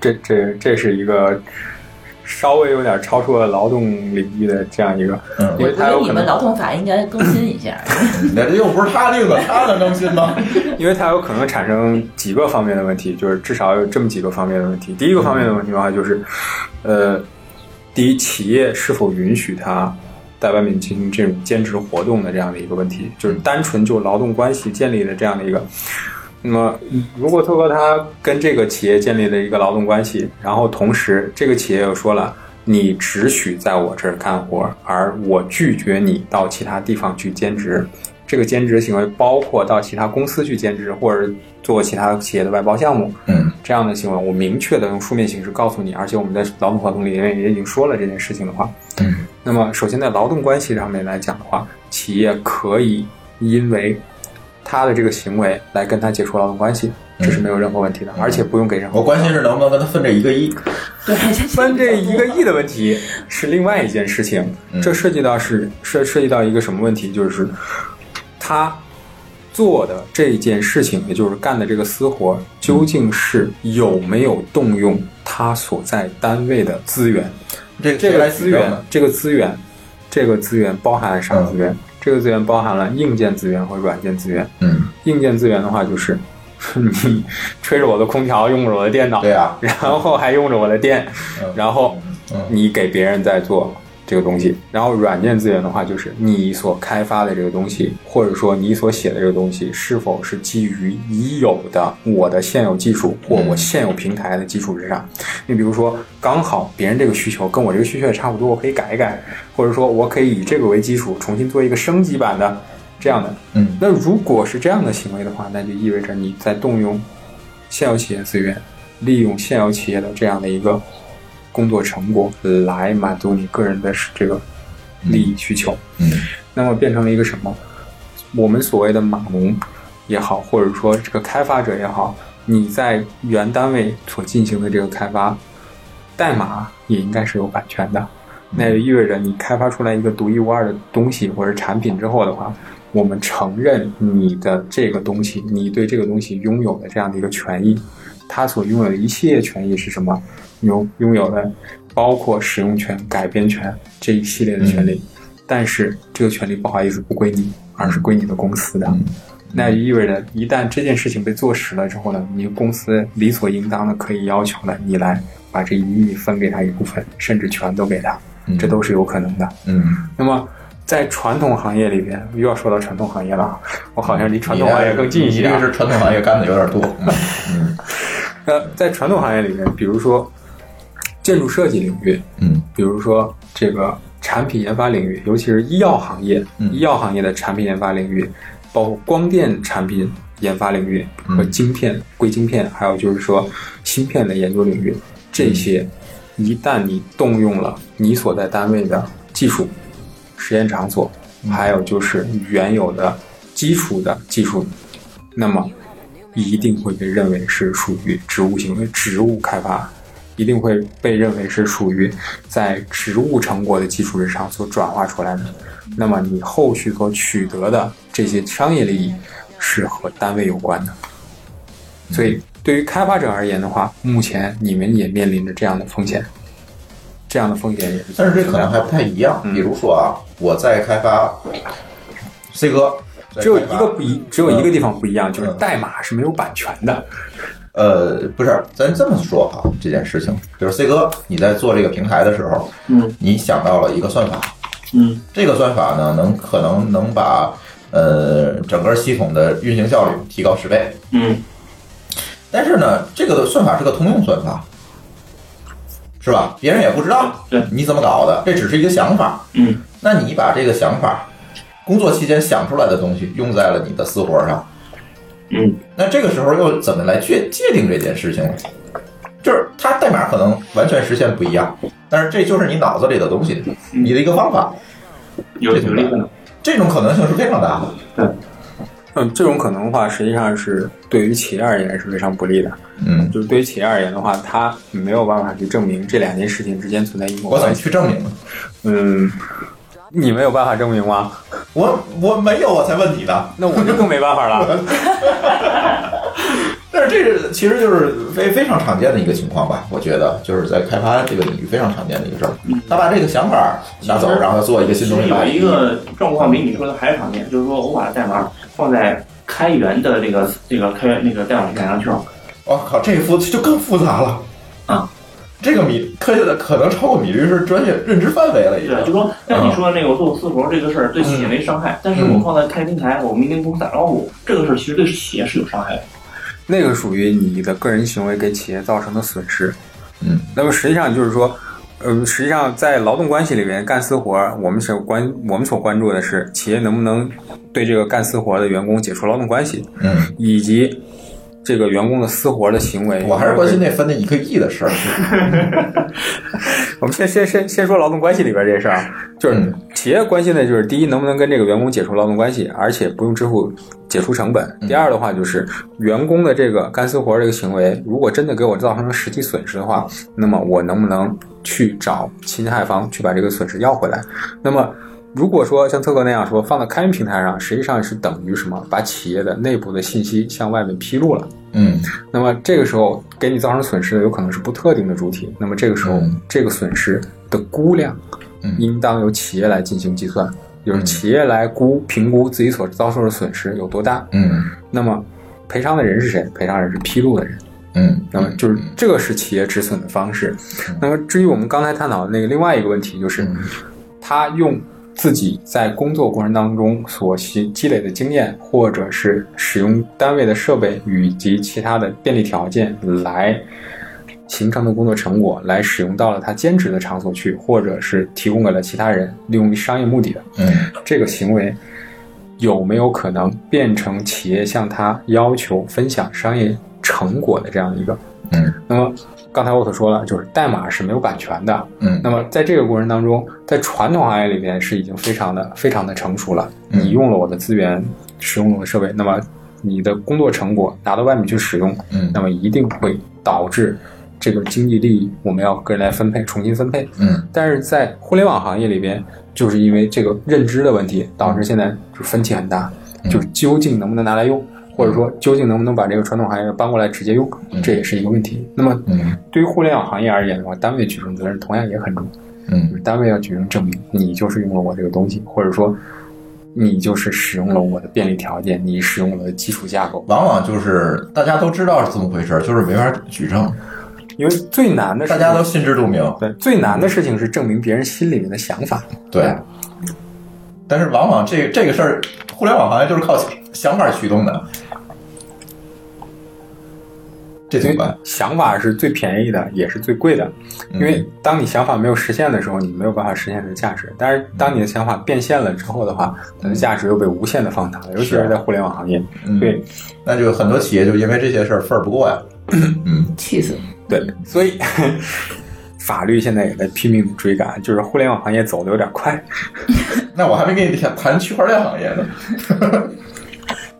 E: 这这这是一个稍微有点超出了劳动领域的这样一个，
A: 嗯
C: 我
E: 因为
C: 觉
E: 它
C: 得
E: 有
C: 你
E: 可
C: 们
E: 能，
C: 劳动法应该更新一下，
A: 你这又不是他定的，他能更新吗？ [laughs]
E: 因为它有可能产生几个方面的问题，就是至少有这么几个方面的问题。第一个方面的问题的话，就是，呃，第一，企业是否允许他在外面进行这种兼职活动的这样的一个问题，就是单纯就劳动关系建立的这样的一个。那么，如果透过他跟这个企业建立了一个劳动关系，然后同时这个企业又说了，你只许在我这儿干活，而我拒绝你到其他地方去兼职。这个兼职行为包括到其他公司去兼职，或者做其他企业的外包项目
A: 嗯
E: 这样的行为，我明确的用书面形式告诉你，而且我们在劳动合同里面也已经说了这件事情的话，
A: 嗯
E: 那么，首先在劳动关系上面来讲的话，企业可以因为他的这个行为来跟他解除劳动关系，这是没有任何问题的，而且不用给任
A: 嗯我
E: 何。
A: 关心是能不能跟他分这一个亿。
C: 对，这
E: 分这一个亿的问题是另外一件事情，
A: 嗯
E: 这涉及到是涉涉及到一个什么问题，就是他做的这件事情，也就是干的这个私活，究竟是有没有动用他所在单位的资源？
A: 这个
E: 这
A: 谁
E: 个
A: 来
E: 资
A: 举证
E: 源嗯
A: 呢，，
E: 这个资源，这个资源包含了啥资源？这个资源包含了硬件资源和软件资源。
A: 嗯，
E: 硬件资源的话，就是 [laughs] 你吹着我的空调，用着我的电脑，
A: 对啊，
E: 然后还用着我的电
A: 嗯，
E: 然后
A: 嗯
E: 你给别人在做这个东西。然后软件资源的话，就是你所开发的这个东西，或者说你所写的这个东西，是否是基于已有的我的现有技术或我现有平台的基础之上。你比如说，刚好别人这个需求跟我这个需求也差不多，我可以改一改，或者说我可以以这个为基础重新做一个升级版的这样的。
A: 嗯
E: 那如果是这样的行为的话，那就意味着你在动用现有企业资源，利用现有企业的这样的一个工作成果来满足你个人的这个利益需求。
A: 嗯
E: 那么变成了一个什么？我们所谓的码农也好，或者说这个开发者也好，你在原单位所进行的这个开发，代码也应该是有版权的。那也意味着你开发出来一个独一无二的东西或者产品之后的话，我们承认你的这个东西，你对这个东西拥有的这样的一个权益，它所拥有的一系列权益是什么？拥拥有的包括使用权、改编权这一系列的权利。但是这个权利不好意思不归你，而是归你的公司的。
A: 嗯
E: 那也意味着，一旦这件事情被坐实了之后呢，你公司理所应当的可以要求呢，你来把这一亿分给他一部分，甚至全都给他，
A: 嗯
E: 这都是有可能的。
A: 嗯，
E: 那么在传统行业里边，又要说到传统行业了啊，我好像离传统行业更近一些、啊。
A: 这是传统行业干的有点多。嗯
E: 呃，在传统行业里面，比如说建筑设计领域，
A: 嗯
E: 比如说这个产品研发领域，尤其是医药行业，
A: 嗯
E: 医药行业的产品研发领域，包括光电产品研发领域
A: 嗯
E: 和晶片、硅晶片，还有就是说芯片的研究领
A: 嗯
E: 域，这些一旦你动用了你所在单位的技术、实验场所，
A: 嗯
E: 还有就是原有的基础的技术，那么一定会被认为是属于职务行为、职务开发，一定会被认为是属于在职务成果的基础之上所转化出来的。那么你后续所取得的这些商业利益是和单位有关的。所以，对于开发者而言的话，目前你们也面临着这样的风险，这样的风险也是。
A: 但是这可能还不太一样。
E: 嗯
A: 比如说啊，我在开发 C 哥，在
E: 只有
A: 开
E: 一
A: 发
E: 个不一，只有一个地方不一样，就是
A: 嗯
E: 代码是没有版权的。
A: 呃，不是，咱这么说哈，这件事情，比如 C 哥，你在做这个平台的时候，
B: 嗯
A: 你想到了一个算法，
B: 嗯
A: 这个算法呢，能可能能把呃整个系统的运行效率提高十倍。
B: 嗯
A: 但是呢，这个算法是个通用算法，是吧？别人也不知道
B: 对
A: 你怎么搞的，这只是一个想法。
B: 嗯，
A: 那你把这个想法，工作期间想出来的东西用在了你的私活上，
B: 嗯，
A: 那这个时候又怎么来界界定这件事情呢？就是它代码可能完全实现不一样，但是这就是你脑子里的东西，
B: 嗯
A: 你的一个方法，
B: 有有这个可能，
A: 这种可能性是非常大的。
E: 嗯，这种可能的话，实际上是对于企业而言是非常不利的。
A: 嗯，
E: 就是对于企业而言的话，它没有办法去证明这两件事情之间存在因果
A: 我怎么
E: 关系。
A: 去证明呢？
E: 嗯，你没有办法证明吗？
A: 我我没有，我才问你的。
E: 那我就更没办法了。
A: 但是这是其实就是非非常常见的一个情况吧，我觉得就是在开发这个领域非常常见的一个事儿。他把这个想法拿走，
B: 嗯其实
A: 然后做一个
B: 其
A: 新
B: 实
A: 东西
B: 有
A: 来。
B: 一个状况比你说的还常见，就是说我把代码放在开源的这个这个开源那个代码改上去了，
A: 我、靠，这复就更复杂了
B: 啊！
A: 这个米科学的可能超过米律师专业认知范围了，已
B: 对，就
A: 经。
B: 说像你说的那个我做私活这个事儿对企业没伤
A: 嗯
B: 害，但是我放在开平台，我明天公司打招呼，这个事儿其实对企业是有伤害的。
E: 那个属于你的个人行为给企业造成的损失。
A: 嗯，
E: 那么实际上就是说，呃，实际上在劳动关系里面干私活儿，我们所关我们所关注的是企业能不能对这个干私活儿的员工解除劳动关系，
A: 嗯，
E: 以及这个员工的私活儿的行为。
A: 我还是关心那分那一个亿的事儿。
E: [laughs] 我们先先先先说劳动关系里边这事儿啊，就是
A: 嗯
E: 企业关心的就是第一，能不能跟这个员工解除劳动关系，而且不用支付解除成本；第二的话就是员工的这个干私活儿这个行为，如果真的给我造成了实际损失的话，那么我能不能去找侵害方去把这个损失要回来？那么。如果说像特克那样说放到开源平台上，实际上是等于什么？把企业的内部的信息向外面披露了。
A: 嗯
E: 那么这个时候给你造成损失的有可能是不特定的主体，那么这个时候、
A: 嗯
E: 这个损失的估量
A: 嗯，
E: 应当由企业来进行计算，就是企业来估评估自己所遭受的损失有多大。
A: 嗯
E: 那么赔偿的人是谁？赔偿人是披露的人。
A: 嗯，
E: 那么就是这个是企业止损的方式。那么至于我们刚才探讨的那个另外一个问题，就是
A: 嗯
E: 他用自己在工作过程当中所积积累的经验，或者是使用单位的设备以及其他的便利条件来。形成的工作成果来使用到了他兼职的场所去，或者是提供给了其他人利用于商业目的的，
A: 嗯
E: 这个行为有没有可能变成企业向他要求分享商业成果的这样一个？
A: 嗯，
E: 那么刚才我所说了，就是代码是没有版权的。
A: 嗯
E: 那么在这个过程当中，在传统行业里边是已经非常的非常的成熟了。
A: 嗯
E: 你用了我的资源，使用了我的设备，那么你的工作成果拿到外面去使用，
A: 嗯
E: 那么一定会导致这个经济利益我们要个人来分配，重新分配。
A: 嗯
E: 但是在互联网行业里边，就是因为这个认知的问题，导致现在就分歧很大，
A: 嗯
E: 就是究竟能不能拿来用，或者说究竟能不能把这个传统行业搬过来直接用，
A: 嗯
E: 这也是一个问题。那么
A: 嗯
E: 对于互联网行业而言的话，单位举证责任同样也很重，就
A: 嗯
E: 是单位要举证证明你就是用了我这个东西，或者说你就是使用了我的便利条件，你使用了我的基础架构。
A: 往往就是大家都知道是这么回事儿，就是没法举证，
E: 因为最难的事
A: 大
E: 情
A: 家都心知肚明。
E: 对最难的事情是证明别人心里面的想法。
A: 对，但是往往这这个事儿，互联网行业就是靠想法驱动的，这
E: 因
A: 怎么
E: 为
A: 办？
E: 想法是最便宜的，也是最贵的。
A: 嗯
E: 因为当你想法没有实现的时候，你没有办法实现它的价值。但是当你的想法变现了之后的话，它的价值又被无限的放大了，尤其是在互联网行业。
A: 啊嗯
E: 对
A: 那就很多企业就因为这些事儿分儿不过呀。嗯
C: 气死！
E: 对，所以 [laughs] 法律现在也在拼命的追赶，就是互联网行业走的有点快。
A: 那我还没跟你谈谈区块链行业呢，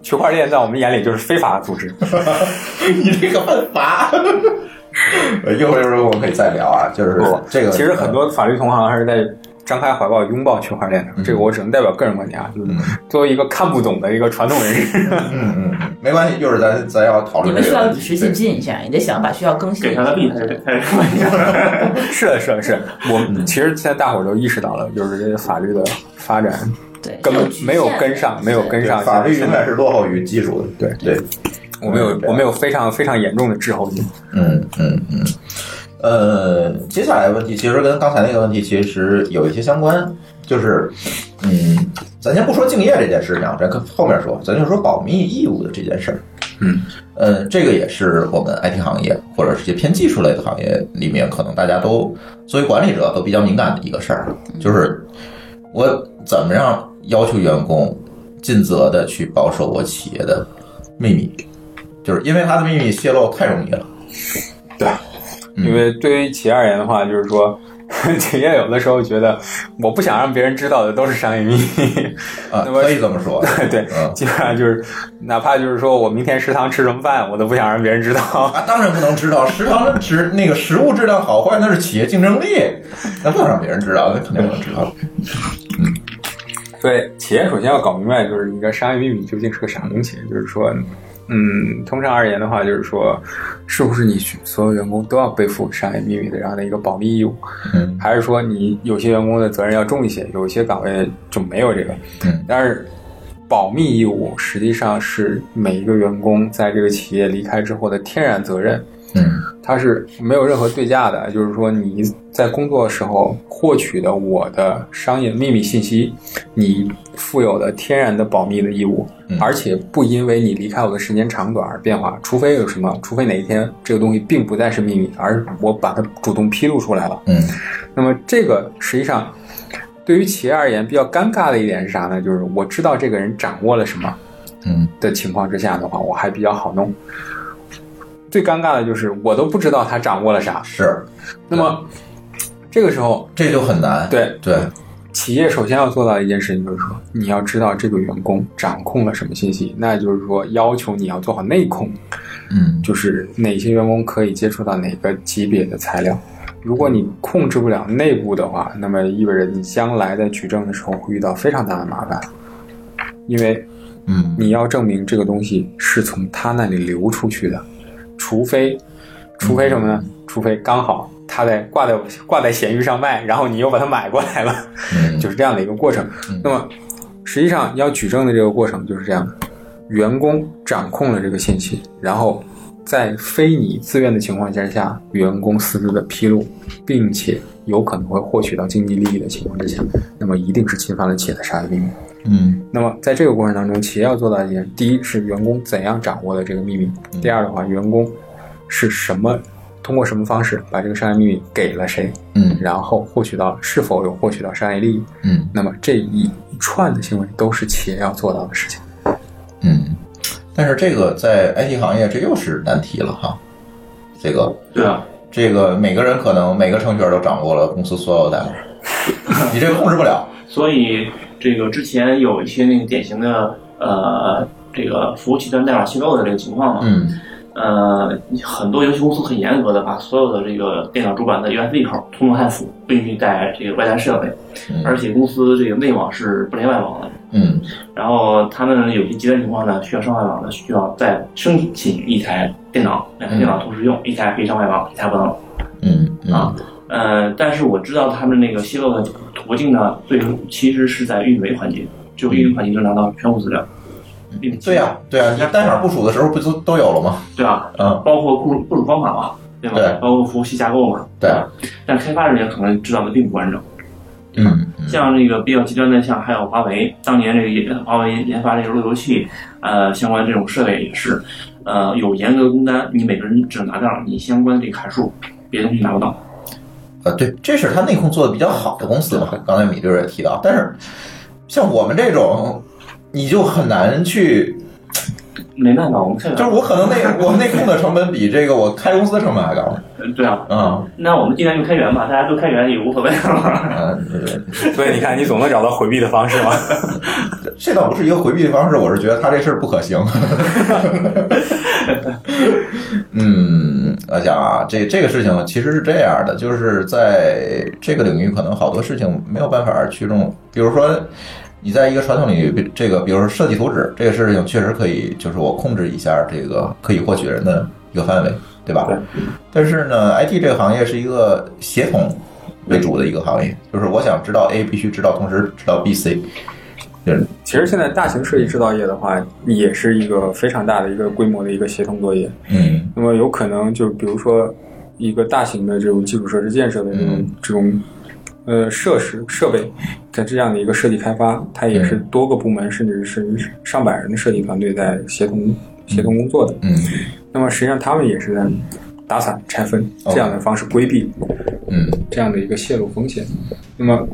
E: 区块链在我们眼里就是非法
A: [laughs]
E: 组织。
A: 你这个犯 [laughs] 法。呃一会儿我们可以再聊啊，就是这个。
E: 其实很多法律同行还是在张开怀抱拥抱区块链
A: 嗯
E: 的。这个我只能代表个人观点啊，就是作为一个看不懂的一个传统
A: [laughs]
E: 人士。
A: 嗯，嗯嗯，没关系，一会儿咱咱要讨
C: 你
A: 论
C: 们
A: 这
C: 需
A: 个
C: 要
A: 问
C: 与
A: 题。
C: 时俱进一下，你得想把需要更新
B: 给
C: 一
B: 他
C: 下。
B: 的币，他是他是什么意
A: [laughs]
B: 思？
E: 是的，是的，是的。我
A: 嗯
E: 们其实现在大伙儿都意识到了，就是这些法律的发展
C: 对，
E: 根本
C: 局限
E: 没有跟上，没有跟
A: 对
E: 上
A: 法律
E: 现
A: 永
E: 在
A: 远是落后于技术的。
E: 对
A: 对，
E: 我们有我们有非常非常严重的滞后性。
A: 嗯嗯嗯，呃，接下来的问题其实跟刚才那个问题其实有一些相关，就是，嗯，咱先不说敬业这件事情啊，咱跟后面说，咱就说保密义务的这件事儿。
E: 嗯，
A: 呃，这个也是我们 IT 行业或者是一些偏技术类的行业里面，可能大家都作为管理者都比较敏感的一个事儿，就是我怎么样要求员工尽责的去保守我企业的秘密，就是因为他的秘密泄露太容易了。嗯
E: 因为对于企业而言的话，就是说， [laughs] 企业有的时候觉得我不想让别人知道的都是商业秘密，
A: 啊，
E: 那么
A: 可以这么说，
E: [laughs] 对
A: 嗯，
E: 基本上就是哪怕就是说我明天食堂吃什么饭，我都不想让别人知道。
A: 啊，当然不能知道食堂的质那个食物质量好坏，那是企业竞争力，那不能让别人知道，那肯定不能知道。
E: [laughs] 对，企业首先要搞明白，就是你的商业秘密究竟是个啥东西。就是说，嗯，通常而言的话，就是说，是不是你所有员工都要背负商业秘密的这样的一个保密义务，
A: 嗯
E: [laughs] 还是说你有些员工的责任要重一些，有些岗位就没有这个？
A: 嗯，
E: 但是保密义务实际上是每一个员工在这个企业离开之后的天然责任。
A: 嗯
E: 它是没有任何对价的，就是说你在工作时候获取的我的商业秘密信息，你负有的天然的保密的义务
A: 嗯，
E: 而且不因为你离开我的时间长短而变化，除非有什么，除非哪一天这个东西并不再是秘密，而我把它主动披露出来了。
A: 嗯
E: 那么这个实际上对于企业而言比较尴尬的一点是啥呢？就是我知道这个人掌握了什么，
A: 嗯
E: 的情况之下的话，我还比较好弄。最尴尬的就是我都不知道他掌握了啥。
A: 是，
E: 那么这个时候，
A: 这就很难。
E: 对
A: 对，
E: 企业首先要做到的一件事情就是说，你要知道这个员工掌控了什么信息，那就是说要求你要做好内控，
A: 嗯
E: 就是哪些员工可以接触到哪个级别的材料。如果你控制不了内部的话，那么意味着你将来在举证的时候会遇到非常大的麻烦，因为
A: 嗯
E: 你要证明这个东西是从他那里流出去的，除非，除非什么
A: 嗯
E: 呢？除非刚好他在挂在挂在闲鱼上卖，然后你又把它买过来了，
A: 嗯
E: 就是这样的一个过程
A: 嗯。
E: 那么，实际上要举证的这个过程就是这样的：员工掌控了这个信息，然后在非你自愿的情况之下，员工私自的披露，并且有可能会获取到经济利益的情况之下，那么一定是侵犯了企业的商业秘密。
A: 嗯
E: 那么在这个过程当中，企业要做到一点：第一是员工怎样掌握的这个秘密；第二的话，员工是什么通过什么方式把这个商业秘密给了谁，
A: 嗯
E: 然后获取到是否有获取到商业利益。
A: 嗯
E: 那么这一串的行为都是企业要做到的事情。
A: 嗯，但是这个在 IT 行业这又是难题了哈，这个。
B: 对啊，
A: 这个每个人可能每个程序员都掌握了公司所有的，你这控制不了。
B: 所以这个之前有一些那个典型的呃这个服务器端代码泄露的这个情况嘛，
A: 嗯
B: 呃，很多游戏公司很严格的把所有的这个电脑主板的 USB 口通通焊死，不允许带这个外带设备，而且公司这个内网是不连外网的。
A: 嗯
B: 然后他们有些极端情况呢，需要上外网呢，需要再申请一台电脑，两台电脑同时用，一台可以上外网，一台不能。
A: 嗯
E: 啊
A: 嗯
B: 呃，但是我知道他们那个泄露的途径呢，最其实是在运维环节，只有运
A: 嗯
B: 维环节能拿到全部资料。
A: 对啊呀、对呀、你代码部署的时候不都都有了吗？
B: 对吧？
A: 嗯
B: 包括部署部署方法嘛，对吧？
A: 对
B: 包括服务器架构嘛，
A: 对
B: 吧。但开发人员可能知道的并不完整。
A: 嗯嗯
B: 像这个比较极端的，像还有华为，当年这个也华为研发这个路由器，呃，相关这种设备也是，呃，有严格的工单，你每个人只拿到你相关的这个函数，别的东西拿不到。
A: 呃，对，这是他内控做的比较好的公司嘛。刚才米队也提到，但是像我们这种，你就很难去，
B: 没办法，我们看
A: 就是我可能内我内控的成本比这个我开公司的成本还高。
B: 对啊，
A: 嗯
B: 那我们尽量就开源吧，大家都开源也无所谓了。
A: 嗯，
E: 所以你看，你总能找到回避的方式嘛。
A: 这倒不是一个回避的方式，我是觉得他这事儿不可行。 [laughs] 嗯，我想啊，这这个事情其实是这样的，就是在这个领域，可能好多事情没有办法去用，比如说。你在一个传统领域，比这个比如说设计图纸这个事情，确实可以，就是我控制一下这个可以获取人的一个范围，对吧？
B: 对
A: 但是呢，IT 这个行业是一个协同为主的一个行业，就是我想知道 A，必须知道，同时知道 B、C，就是
E: [laughs] 其实现在大型设计制造业的话，也是一个非常大的一个规模的一个协同作业。
A: 嗯
E: 那么有可能就比如说一个大型的这种基础设施建设的这种、
A: 嗯
E: 这种呃设施设备的这样的一
A: 嗯
E: 个设计开发，它也是多个部门甚至是上百人的设计团队在协同协同工作的。
A: 嗯
E: 那么实际上他们也是在打散拆分
A: 哦
E: 这样的方式规避
A: 嗯
E: 这样的一个泄露风险。那么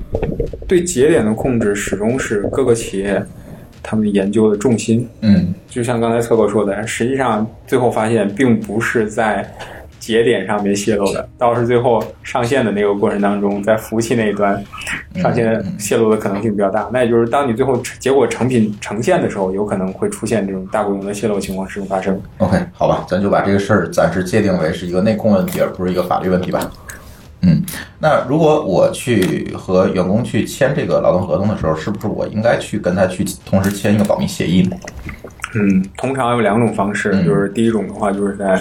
E: 对节点的控制始终是各个企业他们研究的重心。
A: 嗯
E: 就像刚才策哥说的，实际上最后发现并不是在节点上面泄露的，倒是最后上线的那个过程当中，在服务器那一端上线泄露的可能性比较大。那也就是当你最后结果成品呈现的时候，有可能会出现这种大规模的泄露情况始终发生。
A: ，OK，好吧，咱就把这个事儿暂时界定为是一个内控问题，而不是一个法律问题吧。嗯，那如果我去和员工去签这个劳动合同的时候，是不是我应该去跟他去同时签一个保密协议呢？
E: 嗯，通常有两种方式，
A: 嗯
E: 就是第一种的话，就是在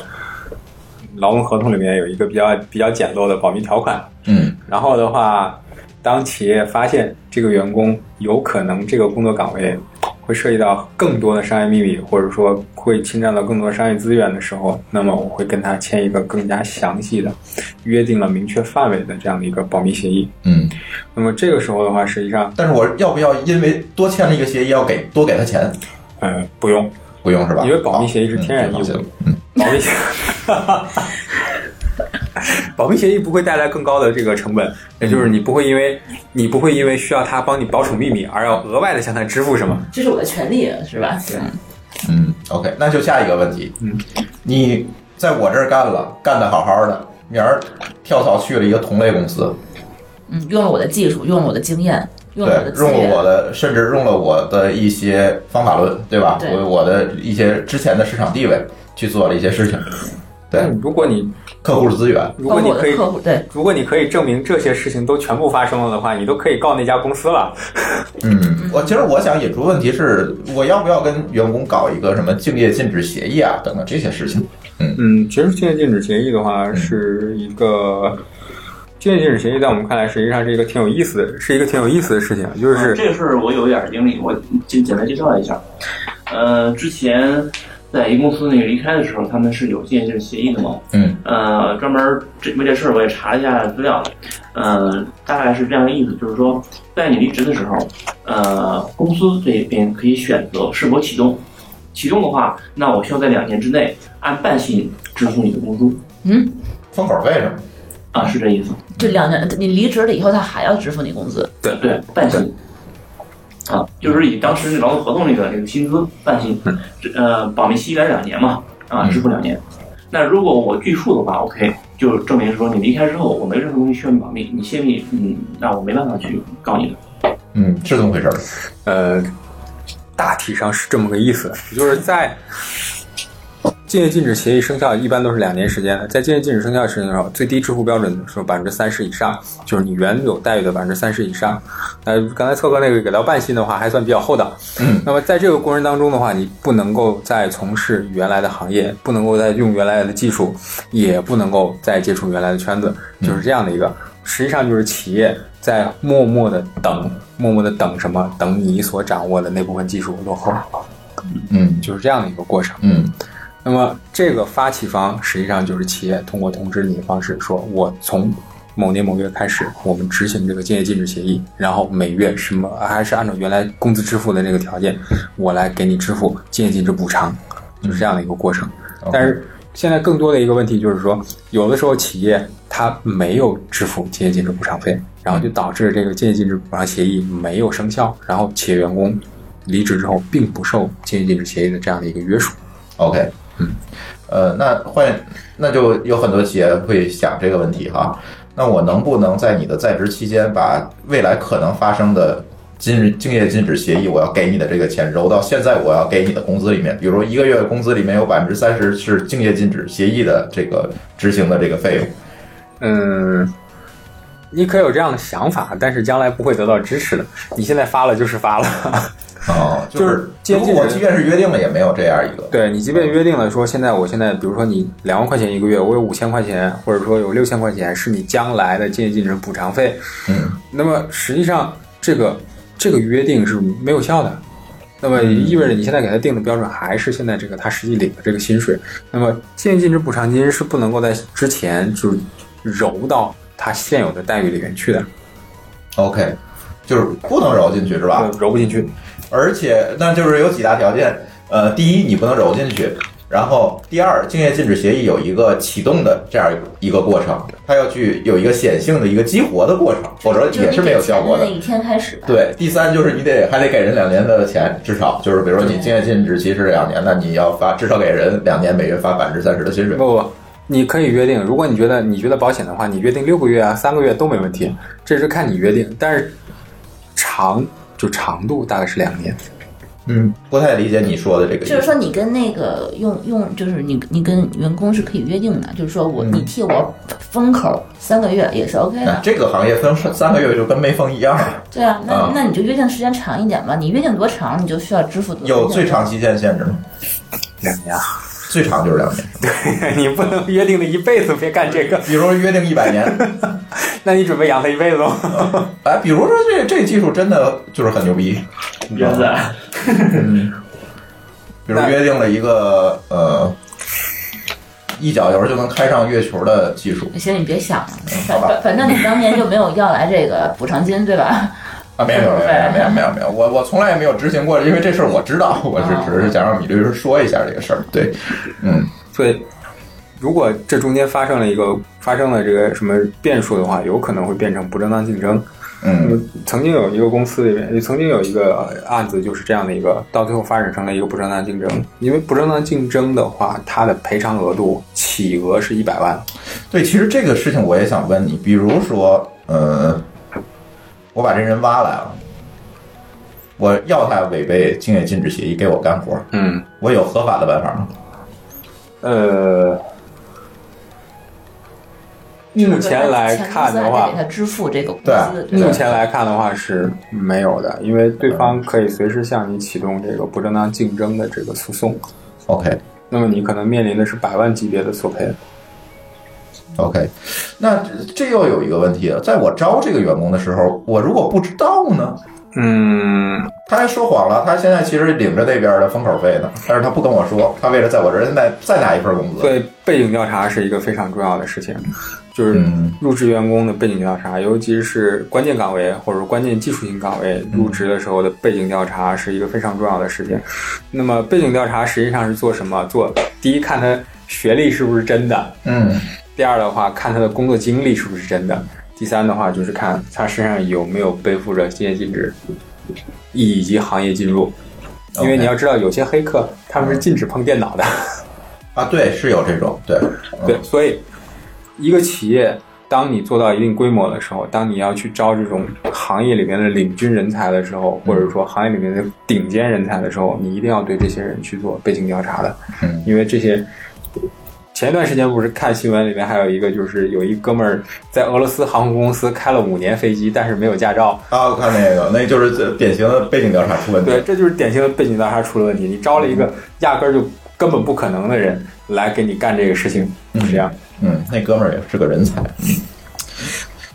E: 劳动合同里面有一个比较比较简陋的保密条款，
A: 嗯
E: 然后的话，当企业发现这个员工有可能这个工作岗位会涉及到更多的商业秘密，或者说会侵占到更多商业资源的时候，那么我会跟他签一个更加详细的、约定了明确范围的这样的一个保密协议。
A: 嗯，
E: 那么这个时候的话，实际上，
A: 但是我要不要因为多签了一个协议要给多给他钱？
E: 呃，不用，
A: 不用是吧？
E: 因为保密协议是天然义务的
A: 的。嗯
E: 保密协议，保密协议不会带来更高的这个成本，也就是你不会因为你不会因为需要他帮你保守秘密而要额外的向他支付什么。
C: 这是我的权利，是吧？对，
A: 嗯，OK，那就下一个问题。
E: 嗯，
A: 你在我这儿干了，干得好好的，明儿跳槽去了一个同类公司，
C: 嗯，用了我的技术，用了我的经验，用了我
A: 对
C: 的，资
A: 用
C: 源，
A: 了我的，甚至用了我的一些方法论，对吧？
C: 对
A: 我我的一些之前的市场地位去做了一些事情，对
E: 但，如果你
A: 客户资源，
E: 如
C: 包括
E: 果你
C: 我
E: 可以
C: 的客户，对，
E: 如果你可以证明这些事情都全部发生了的话，你都可以告那家公司了。
A: 嗯，我其实我想引出问题是，我要不要跟员工搞一个什么竞业禁止协议啊，等等这些事情？
E: 嗯，其实竞业禁止协议的话是一个。竞业禁止协议在我们看来，实际上是一个挺有意思的，是一个挺有意思的事情，就
B: 嗯 [laughs] 这个事儿我有一点儿经历，我简简单介绍一下。呃，之前在一公司那个离开的时候，他们是有建这协议的嘛。
A: 嗯
B: 呃，专门儿这为这事儿我也查了一下资料，呃，大概是这样的意思，就是说，在你离职的时候，呃，公司这边可以选择是否启动，启动的话，那我需要在两年之内按半薪支付你的工资
C: 嗯，
A: 封口费是吗？
B: 啊，是这意思？
C: 这两年你离职了以后，他还要支付你工资，
B: 对对，半薪。啊，就是以当时那劳动合同那个那个薪资半薪，这呃，保密期一般是两年嘛，啊，
A: 嗯
B: 支付两年。那如果我拒付的话，OK，就证明说你离开之后，我没有任何东西需要你保密，你泄密，嗯，那我没办法去告你的。
A: 嗯，是这么回事儿。
E: 呃，大体上是这么个意思，就是在竞业禁止协议生效一般都是两年时间的，在竞业禁止生效时间的时候，最低支付标准是百分之三十以上，就是你原有待遇的百分之三十以上。呃，刚才策哥那个给到半薪的话，还算比较厚道。
A: 嗯
E: 那么在这个过程当中的话，你不能够再从事原来的行业，不能够再用原来的技术，也不能够再接触原来的圈子，就是这样的一个。实际上就是企业在默默的等，默默的等什么？等你所掌握的那部分技术落后，
A: 嗯
E: 就是这样的一个过程。
A: 嗯
E: 那么这个发起方实际上就是企业通过通知你的方式，说我从某年某月开始，我们执行这个竞业禁止协议，然后每月什么还是按照原来工资支付的那个条件，我来给你支付竞业禁止补偿，就是这样的一个过程。
A: OK
E: 但是现在更多的一个问题就是说，有的时候企业它没有支付竞业禁止补偿费，然后就导致这个竞业禁止补偿协议没有生效，然后企业员工离职之后并不受竞业禁止协议的这样的一个约束。
A: ，OK，
E: 嗯，
A: 呃，那换那就有很多企业会想这个问题哈。那我能不能在你的在职期间，把未来可能发生的禁竞业禁止协议我要给你的这个钱揉到现在我要给你的工资里面？比如一个月工资里面有百分之三十是竞业禁止协议的这个执行的这个费用。
E: 嗯，你可以有这样的想法，但是将来不会得到支持的。你现在发了就是发了， [laughs]
A: 哦，
E: 就是
A: 是
E: 接
A: 如
E: 近
A: 果我
E: 人
A: 即便是约定了，也没有这样一个。
E: 对你即便约定了说，现在我现在比如说你两万块钱一个月，我有五千块钱，或者说有六千块钱是你将来的竞业禁止补偿费，
A: 嗯
E: 那么实际上这个这个约定是没有效的。那么
A: 嗯
E: 意味着你现在给他定的标准还是现在这个他实际领的这个薪水。那么建议禁止补偿金是不能够在之前就揉到他现有的待遇里面去的，
A: ，OK，就是不能揉进去是吧？
E: 揉不进去。
A: 而且那就是有几大条件，呃，第一，你不能揉进去。然后，第二，竞业禁止协议有一个启动的这样一个过程，它要去有一个显性的一个激活的过程，否则也是没有效果
C: 的。
A: 的
C: 那。一天开始吧，
A: 对，第三就是你得还得给人两年的钱，至少就是比如说你竞业禁止期是两年，那你要发至少给人两年每月发百分之三十的薪水
E: 不。不，你可以约定，如果你觉得你觉得保险的话，你约定六个月啊、三个月都没问题，这是看你约定。但是长就长度大概是两年，
A: 嗯，不太理解你说的这个意思。
C: 就是说你跟那个用用，就是你你跟员工是可以约定的，就是说我、
A: 嗯
C: 你替我封口三个月也是 OK 的。
A: 哎，这个行业分三个月就跟没封一样，
C: [laughs] 对啊，那、
A: 啊
C: 那你就约定时间长一点嘛，你约定多长，你就需要支付多少。
A: 有最长期限限制吗？
E: 两年啊， [laughs]
A: 最长就是两年，
E: 你不能约定了一辈子别干这个，
A: 比如说约定一百年，
E: 那你准备养他一辈子哦 [laughs] 吗？
A: 哎，比如说这这技术真的就是很牛逼，
B: 原来
A: 比如约定了一个呃，一脚油就能开上月球的技术
C: 行，你别想了，
A: 好
C: 反
A: 吧
C: 反反正你当年就没有要来这个补偿金，对吧？
A: 啊，没有没有没有没有没有没有，我我从来也没有执行过，因为这事儿我知道，我是只是想让米律师说一下这个事儿，对，嗯，
E: 对，如果这中间发生了一个发生了这个什么变数的话，有可能会变成不正当竞争。
A: 嗯，
E: 嗯，曾经有一个公司里面，曾经有一个呃案子就是这样的一个，到最后发展成了一个不正当竞争。因为不正当竞争的话，它的赔偿额度起额是一百万，
A: 对，其实这个事情我也想问你，比如说，呃，我把这人挖来了，我要他违背竞业禁止协议给我干活，
E: 嗯，
A: 我有合法的办法吗？
E: 呃，目前来
C: 前
E: 看的
C: 公司还
E: 话
C: 得给，他支付这个工
A: 对啊
C: 资，对吧
E: 目前来看的话是没有的，因为对方可以随时向你启动这个不正当竞争的这个诉讼，
A: OK
E: 那么你可能面临的是百万级别的索赔。
A: OK，那这这又有一个问题了，在我招这个员工的时候，我如果不知道呢？
E: 嗯，
A: 他还说谎了，他现在其实领着那边的封口费呢，但是他不跟我说，他为了在我这儿再再拿一份工资。
E: 对，背景调查是一个非常重要的事情，就是
A: 嗯
E: 入职员工的背景调查，尤其是关键岗位或者说关键技术型岗位
A: 嗯
E: 入职的时候的背景调查是一个非常重要的事情。那么背景调查实际上是做什么？做第一看他学历是不是真的，
A: 嗯
E: 第二的话看他的工作经历是不是真的，第三的话就是看他身上有没有背负着竞业禁止以及行业进入。因为
A: OK
E: 你要知道，有些黑客他们是禁止碰电脑的。
A: 啊，对，是有这种，对，嗯
E: 对，所以一个企业，当你做到一定规模的时候，当你要去招这种行业里面的领军人才的时候，
A: 嗯
E: 或者说行业里面的顶尖人才的时候，你一定要对这些人去做背景调查的，
A: 嗯
E: 因为这些。前一段时间不是看新闻，里面还有一个就是有一哥们儿在俄罗斯航空公司开了五年飞机，但是没有驾照。
A: 啊，我看那个，那就是典型的背景调查出问题
E: 对，。这就是典型的背景调查出了问题。你招了一
A: 嗯
E: 个压根儿就根本不可能的人来给你干这个事情，是这样。
A: 嗯，那哥们儿也是个人才。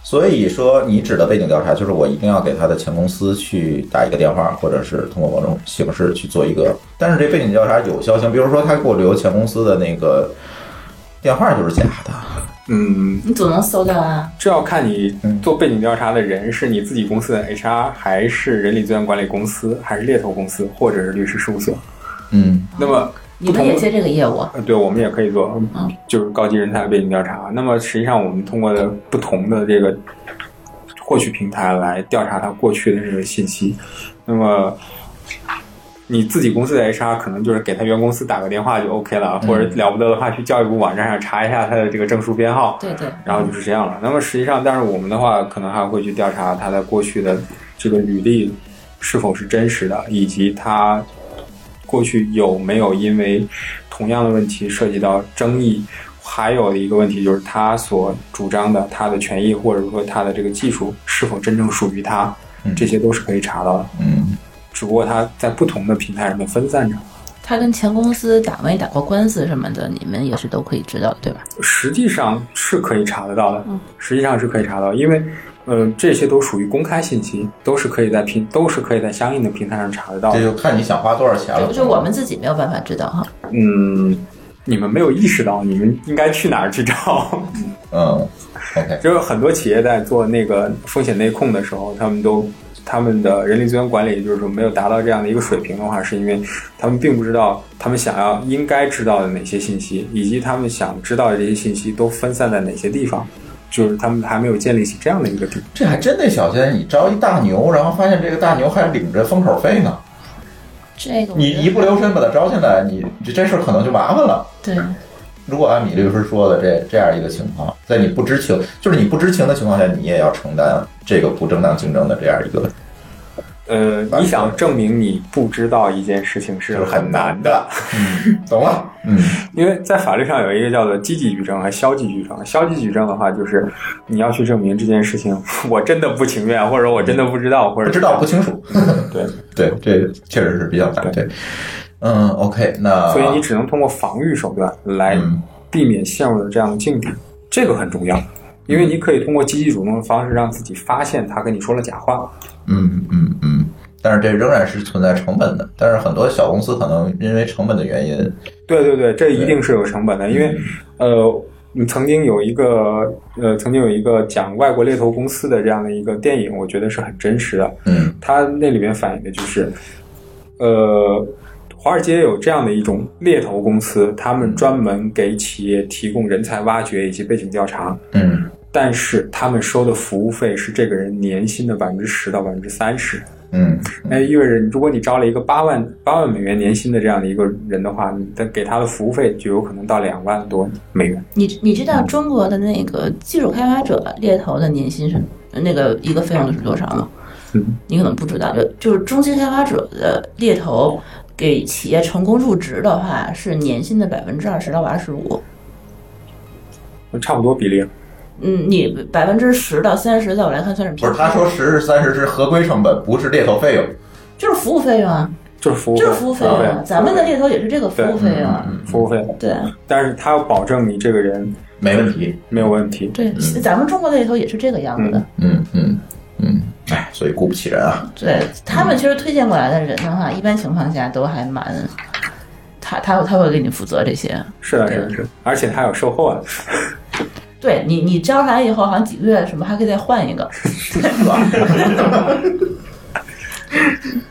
A: 所以说，你指的背景调查，就是我一定要给他的前公司去打一个电话，或者是通过某种形式去做一个。但是这背景调查有效性，比如说他给我留前公司的那个电话就是假的，
E: 嗯，
C: 你总能搜到啊。
E: 这要看你做背景调查的人是你自己公司的 HR，还是人力资源管理公司，还是猎头公司，或者是律师事务所。
A: 嗯，
E: 那么，
C: 你
E: 同
C: 们也接这个业务？
E: 呃对我们也可以做，就是高级人才背景调查。那么实际上，我们通过的不同的这个获取平台来调查他过去的这个信息。那么。你自己公司的 HR 可能就是给他原公司打个电话就 OK 了，或者了不得的话去教育部网站上查一下他的这个证书编号，
C: 对对，
E: 然后就是这样了。那么实际上，但是我们的话，可能还会去调查他在过去的这个履历是否是真实的，以及他过去有没有因为同样的问题涉及到争议。还有一个问题就是，他所主张的他的权益，或者说他的这个技术是否真正属于他，这些都是可以查到的。
A: 嗯，
E: 只不过他在不同的平台上面分散着。
C: 他跟前公司打没打过官司什么的，你们也是都可以知道，对吧？
E: 实际上是可以查得到的，实际上是可以查到，因为，呃，这些都属于公开信息，都是可以在平，都是可以在相应的平台上查得到
A: 这
E: 的。
A: 就看你想花多少钱了
C: 就。就我们自己没有办法知道哈。
E: 嗯，你们没有意识到，你们应该去哪儿去找？ [laughs]
A: 嗯，OK，
E: 就是很多企业在做那个风险内控的时候，他们都他们的人力资源管理就是说没有达到这样的一个水平的话，是因为他们并不知道他们想要应该知道的哪些信息，以及他们想知道的这些信息都分散在哪些地方，就是他们还没有建立起这样的一个地。
A: 这还真得小心，你招一大牛，然后发现这个大牛还领着封口费呢，
C: 这个我
A: 你
C: 觉得
A: 一不留神把他招进来，你这这事儿可能就麻烦了。
C: 对，
A: 如果按米律师说的这这样一个情况，在你不知情，就是你不知情的情况下，你也要承担这个不正当竞争的这样一个
E: 呃，你想证明你不知道一件事情
A: 就是是
E: 很
A: 很
E: 难
A: 难的，嗯，懂了，嗯，
E: 因为在法律上有一个叫做积极举证和消极举证。消极举证的话，就是你要去证明这件事情我真的不情愿，或者说我真的不知道，或者
A: 不知道不清楚，
E: 对，
A: 对，这确实是比较难，对，嗯，OK，那
E: 所以你只能通过防御手段来
A: 啊嗯
E: 避免陷入这样的境地，这个很重要。因为你可以通过积极主动的方式让自己发现他跟你说了假话，
A: 嗯嗯嗯，但是这仍然是存在成本的，但是很多小公司可能因为成本的原因，
E: 对对对，这一定是有成本的，因为呃，你曾经有一个呃，曾经有一个讲外国猎头公司的这样的一个电影，我觉得是很真实的。
A: 嗯
E: 它那里面反映的就是，呃，华尔街有这样的一种猎头公司，他们专门给企业提供人才挖掘以及背景调查，
A: 嗯
E: 但是他们收的服务费是这个人年薪的百分之十到百分之三十。
A: 嗯
E: 那意味着，如果你招了一个八万八万美元年薪的这样的一个人的话，你的给他的服务费就有可能到两万多美元。
C: 你你知道中国的那个技术开发者猎头的年薪是那个一个费用是多少吗？
E: 嗯，
C: 你可能不知道，就就是中级开发者的猎头给企业成功入职的话，是年薪的百分之二十到二十五。
E: 差不多比例，
C: 嗯，你百分之十到三十，在我来看算是
A: 不
C: 偏
A: 是
C: 低。
A: 他说十是三十是合规成本，不是猎头费用，
C: 就是服务费用啊，
E: 就是服务费，
C: 就是服务费用
E: 对
C: 啊，咱们的猎头也是这个服务费用啊。
E: 服务费，
C: 对
E: 但是他要保证你这个人
A: 没问题，
E: 没有问题。
C: 对，咱们中国的猎头也是这个样子的。
A: 嗯嗯嗯，哎，所以雇不起人啊，
C: 对他们其实推荐过来的人的话，一般情况下都还蛮，他他他会给你负责这些。
E: 是的，是的，是的，而且他有售后啊。
C: 对你，你招来以后，好像几个月什么还可以再换 [laughs] 一个，
A: 是吧？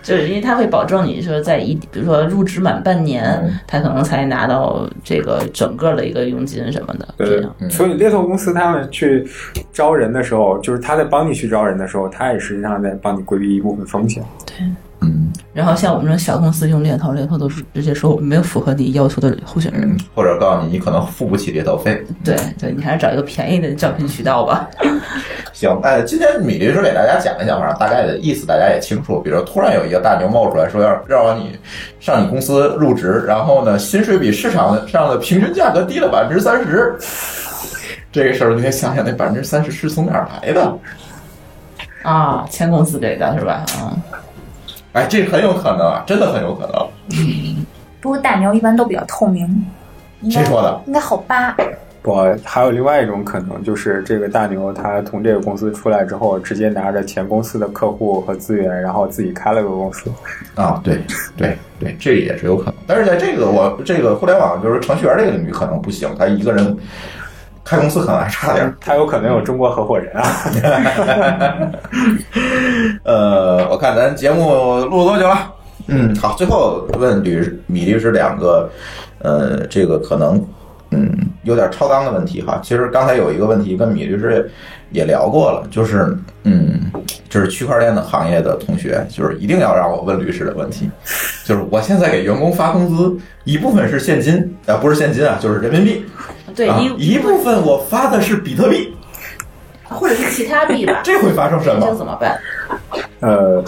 C: 就是因为他会保证你说在一，比如说入职满半年，他可能才拿到这个整个的一个佣金什么的。这
E: 对
C: 样，
E: 所以猎头公司他们去招人的时候，就是他在帮你去招人的时候，他也实际上在帮你规避一部分风险。
A: 嗯
C: 然后像我们这种小公司用猎头，猎头都是直接说我们没有符合你要求的候选人
A: 嗯。，或者告诉你，你可能付不起猎头费。
C: 对对，你还是找一个便宜的招聘渠道吧。
A: 行，哎，今天米律师给大家讲一讲，反正大概的意思大家也清楚。比如说，突然有一个大牛冒出来说要让你上你公司入职，然后呢，薪水比市场上的平均价格低了百分之三十，这个事儿你得想想那百分之三十是从哪儿来的。
C: 啊，前公司给的是吧？啊，
A: 哎，这很有可能啊，真的很有可能。
D: 不过大牛一般都比较透明，应该
A: 谁说的？
D: 应该好扒。
E: 不，还有另外一种可能，就是这个大牛他从这个公司出来之后，直接拿着前公司的客户和资源，然后自己开了个公司。
A: 啊，对对对，这也是有可能。但是在这个我这个互联网就是程序员这个领域可能不行，他一个人开公司可能还差点儿。
E: 他有可能有中国合伙人啊。
A: 呃，我看咱节目录了多久了？嗯，好，最后问吕米律师两个，呃，这个可能嗯有点超纲的问题哈。其实刚才有一个问题跟米律师也聊过了，就是嗯，就是区块链的行业的同学，就是一定要让我问律师的问题，就是我现在给员工发工资，一部分是现金啊、不是现金啊，就是人民币，
C: 对，
A: 啊
C: 一
A: 一部分我发的是比特币，，
C: 或者是其他币吧
A: 这会发生什
C: 这
A: 么？
C: 怎么办？
E: 呃，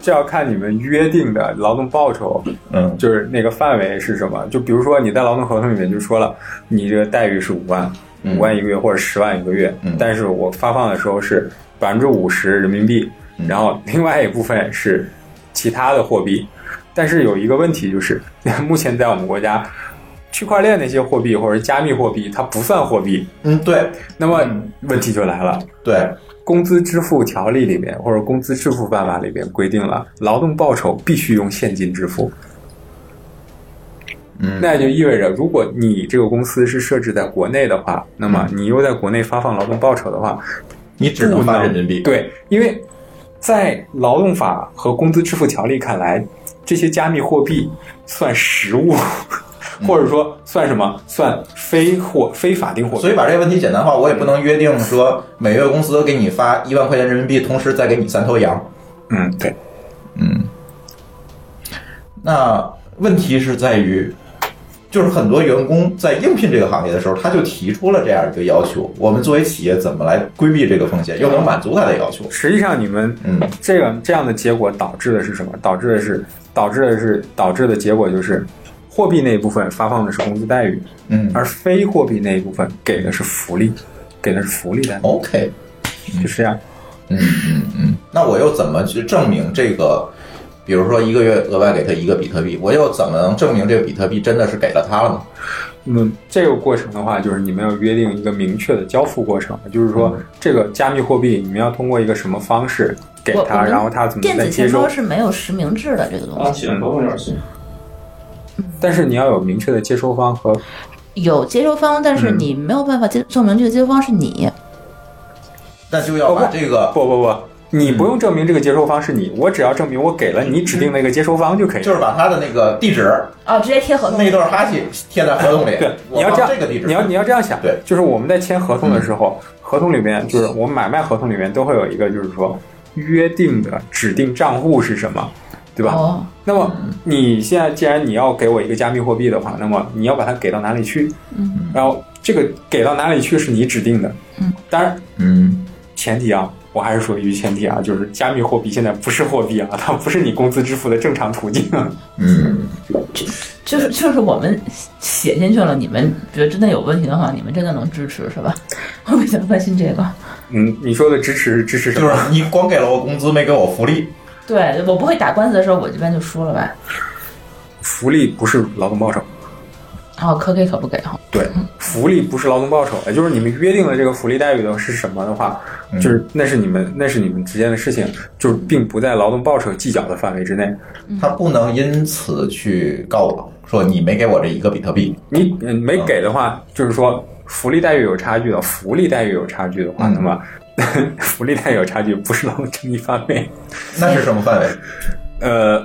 E: 这要看你们约定的劳动报酬
A: 嗯
E: 就是那个范围是什么？就比如说你在劳动合同里面就说了，你这个待遇是五万，
A: 嗯
E: 五万一个月或者十万一个月，
A: 嗯
E: 但是我发放的时候是百分之五十人民币，
A: 嗯
E: 然后另外一部分是其他的货币。但是有一个问题就是， [laughs] 目前在我们国家，区块链那些货币或者加密货币它不算货币，
A: 嗯，对
E: 那么
A: 嗯
E: 问题就来了。
A: 对。
E: 工资支付条例里面或者工资支付办法里面规定了，劳动报酬必须用现金支付。
A: 嗯
E: 那就意味着，如果你这个公司是设置在国内的话，那
A: 嗯
E: 么你又在国内发放劳动报酬的话，
A: 你只能发人民币。
E: 对，因为在劳动法和工资支付条例看来，这些加密货币算实物，
A: 嗯
E: [laughs] 或者说算什么？算非货非法定货币。
A: 所以把这个问题简单化，我也不能约定说每月公司给你发一万块钱人民币，同时再给你三头羊。
E: 嗯，对，
A: 那问题是在于，就是很多员工在应聘这个行业的时候，他就提出了这样一个要求：我们作为企业怎么来规避这个风险，又能满足他的要求？
E: 实际上你们
A: 嗯
E: 这个这样的结果导致的是什么？导致的是导致的是导致的结果就是，货币那一部分发放的是工资待遇，
A: 嗯
E: 而非货币那一部分给的是福利，给的是福利待
A: ，OK，
E: 遇，就是这样。
A: 嗯嗯嗯，那我又怎么去证明这个？比如说一个月额外给他一个比特币，我又怎么能证明这个比特币真的是给了他了呢？
E: 那么这个过程的话，就是你们要约定一个明确的交付过程，就是说这个加密货币你们要通过一个什么方式给
C: 我我
E: 他，
C: 们
E: 然后他怎么
C: 电
E: 再
C: 子
E: 接
C: 钱
E: 收
C: 包。是没有实名制的这个
B: 啊，
C: 东西，
B: 行，包括有点行。
E: 但是你要有明确的接收方和
C: 有接收方，但
E: 嗯
C: 是你没有办法接证明这个接收方是你。
A: 那就要把这个，
E: 不不不，嗯你不用证明这个接收方是你，我只要证明我给了你指定的一个接收方就可以。
A: 就是把他的那个地址
C: 哦，直接贴合
A: [laughs]
C: 同
A: 那一段哈气贴在合同里
E: 对，。
A: 我
E: 你要这
A: 放
E: 样，
A: 这个地址，
E: 你要你要这样想，
A: 对嗯
E: 就是我们在签合同的时候，合同里面就是我们买卖合同里面都会有一个，就是说约定的指定账户是什么，对吧？
C: 哦，
E: 那么
A: 嗯
E: 你现在既然你要给我一个加密货币的话，那么你要把它给到哪里去？
C: 嗯，
E: 然后这个给到哪里去是你指定的。
C: 嗯，
E: 当然
A: 嗯。
E: 前提啊，我还是说一句前提啊，就是加密货币现在不是货币啊，它不是你工资支付的正常途径。啊
A: 嗯，
C: 就是就是我们写进去了，你们觉得真的有问题的话，你们真的能支持是吧？ [laughs] 我比较关心这个。
E: 嗯，你说的支持是支持什
A: 就
E: 么？
A: 是你光给了我工资，没给我福利，
C: 对我不会打官司的时候，我这边就说了呗。
E: 福利不是劳动报酬。
C: 哦，可给可不给哈。
E: 对，福利不是劳动报酬，也就是你们约定的这个福利待遇的是什么的话，就是那是你们那是你们之间的事情，就是并不在劳动报酬计较的范围之内。
C: 嗯
A: 他不能因此去告我说你没给我这一个比特币。
E: 你嗯没给的话，就是说福利待遇有差距的，福利待遇有差距的话，
A: 嗯
E: 那么 [laughs] 福利待遇有差距不是劳动争议范围。
A: 那是什么范围？
E: 呃，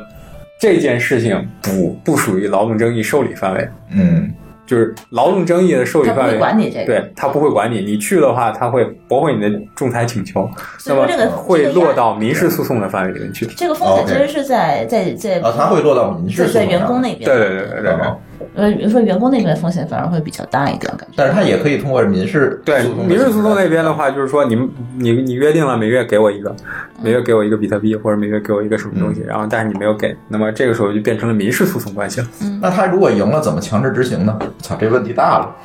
E: 这件事情不不属于劳动争议受理范围，
A: 嗯
E: 就是劳动争议的受理
C: 他不
E: 范
C: 会
E: 围。
C: 管你这个
E: 对他不会管你，你去的话，他会驳回你的仲裁请求，
C: 所
E: 那
C: 以说
E: 么
C: 这个这
E: 会
C: 个
E: 落
C: 压
E: 到哦民事诉讼的范围里面去。
C: 这个风险
A: OK
C: 其实是在在在
A: 啊，他会落到民事
C: 在
A: 诉讼
C: 在
A: 上
C: 员工那边，
E: 对对对对对对
A: 哦
C: 呃，比如说员工那边的风险反而会比较大一点，感觉。
A: 但是他也可以通过民事
E: 对
A: 诉讼的嗯
E: 民事诉讼那边
A: 形式
E: 的话，就是说你你你约定了每月给我一个，
A: 嗯
E: 每月给我一个比特币或者每月给我一个什么东西，然后但是你没有给，那么这个时候就变成了民事诉讼关系了。
A: 来，
C: 嗯
A: 那他如果赢了，怎么强制执行呢？操，这问题大了。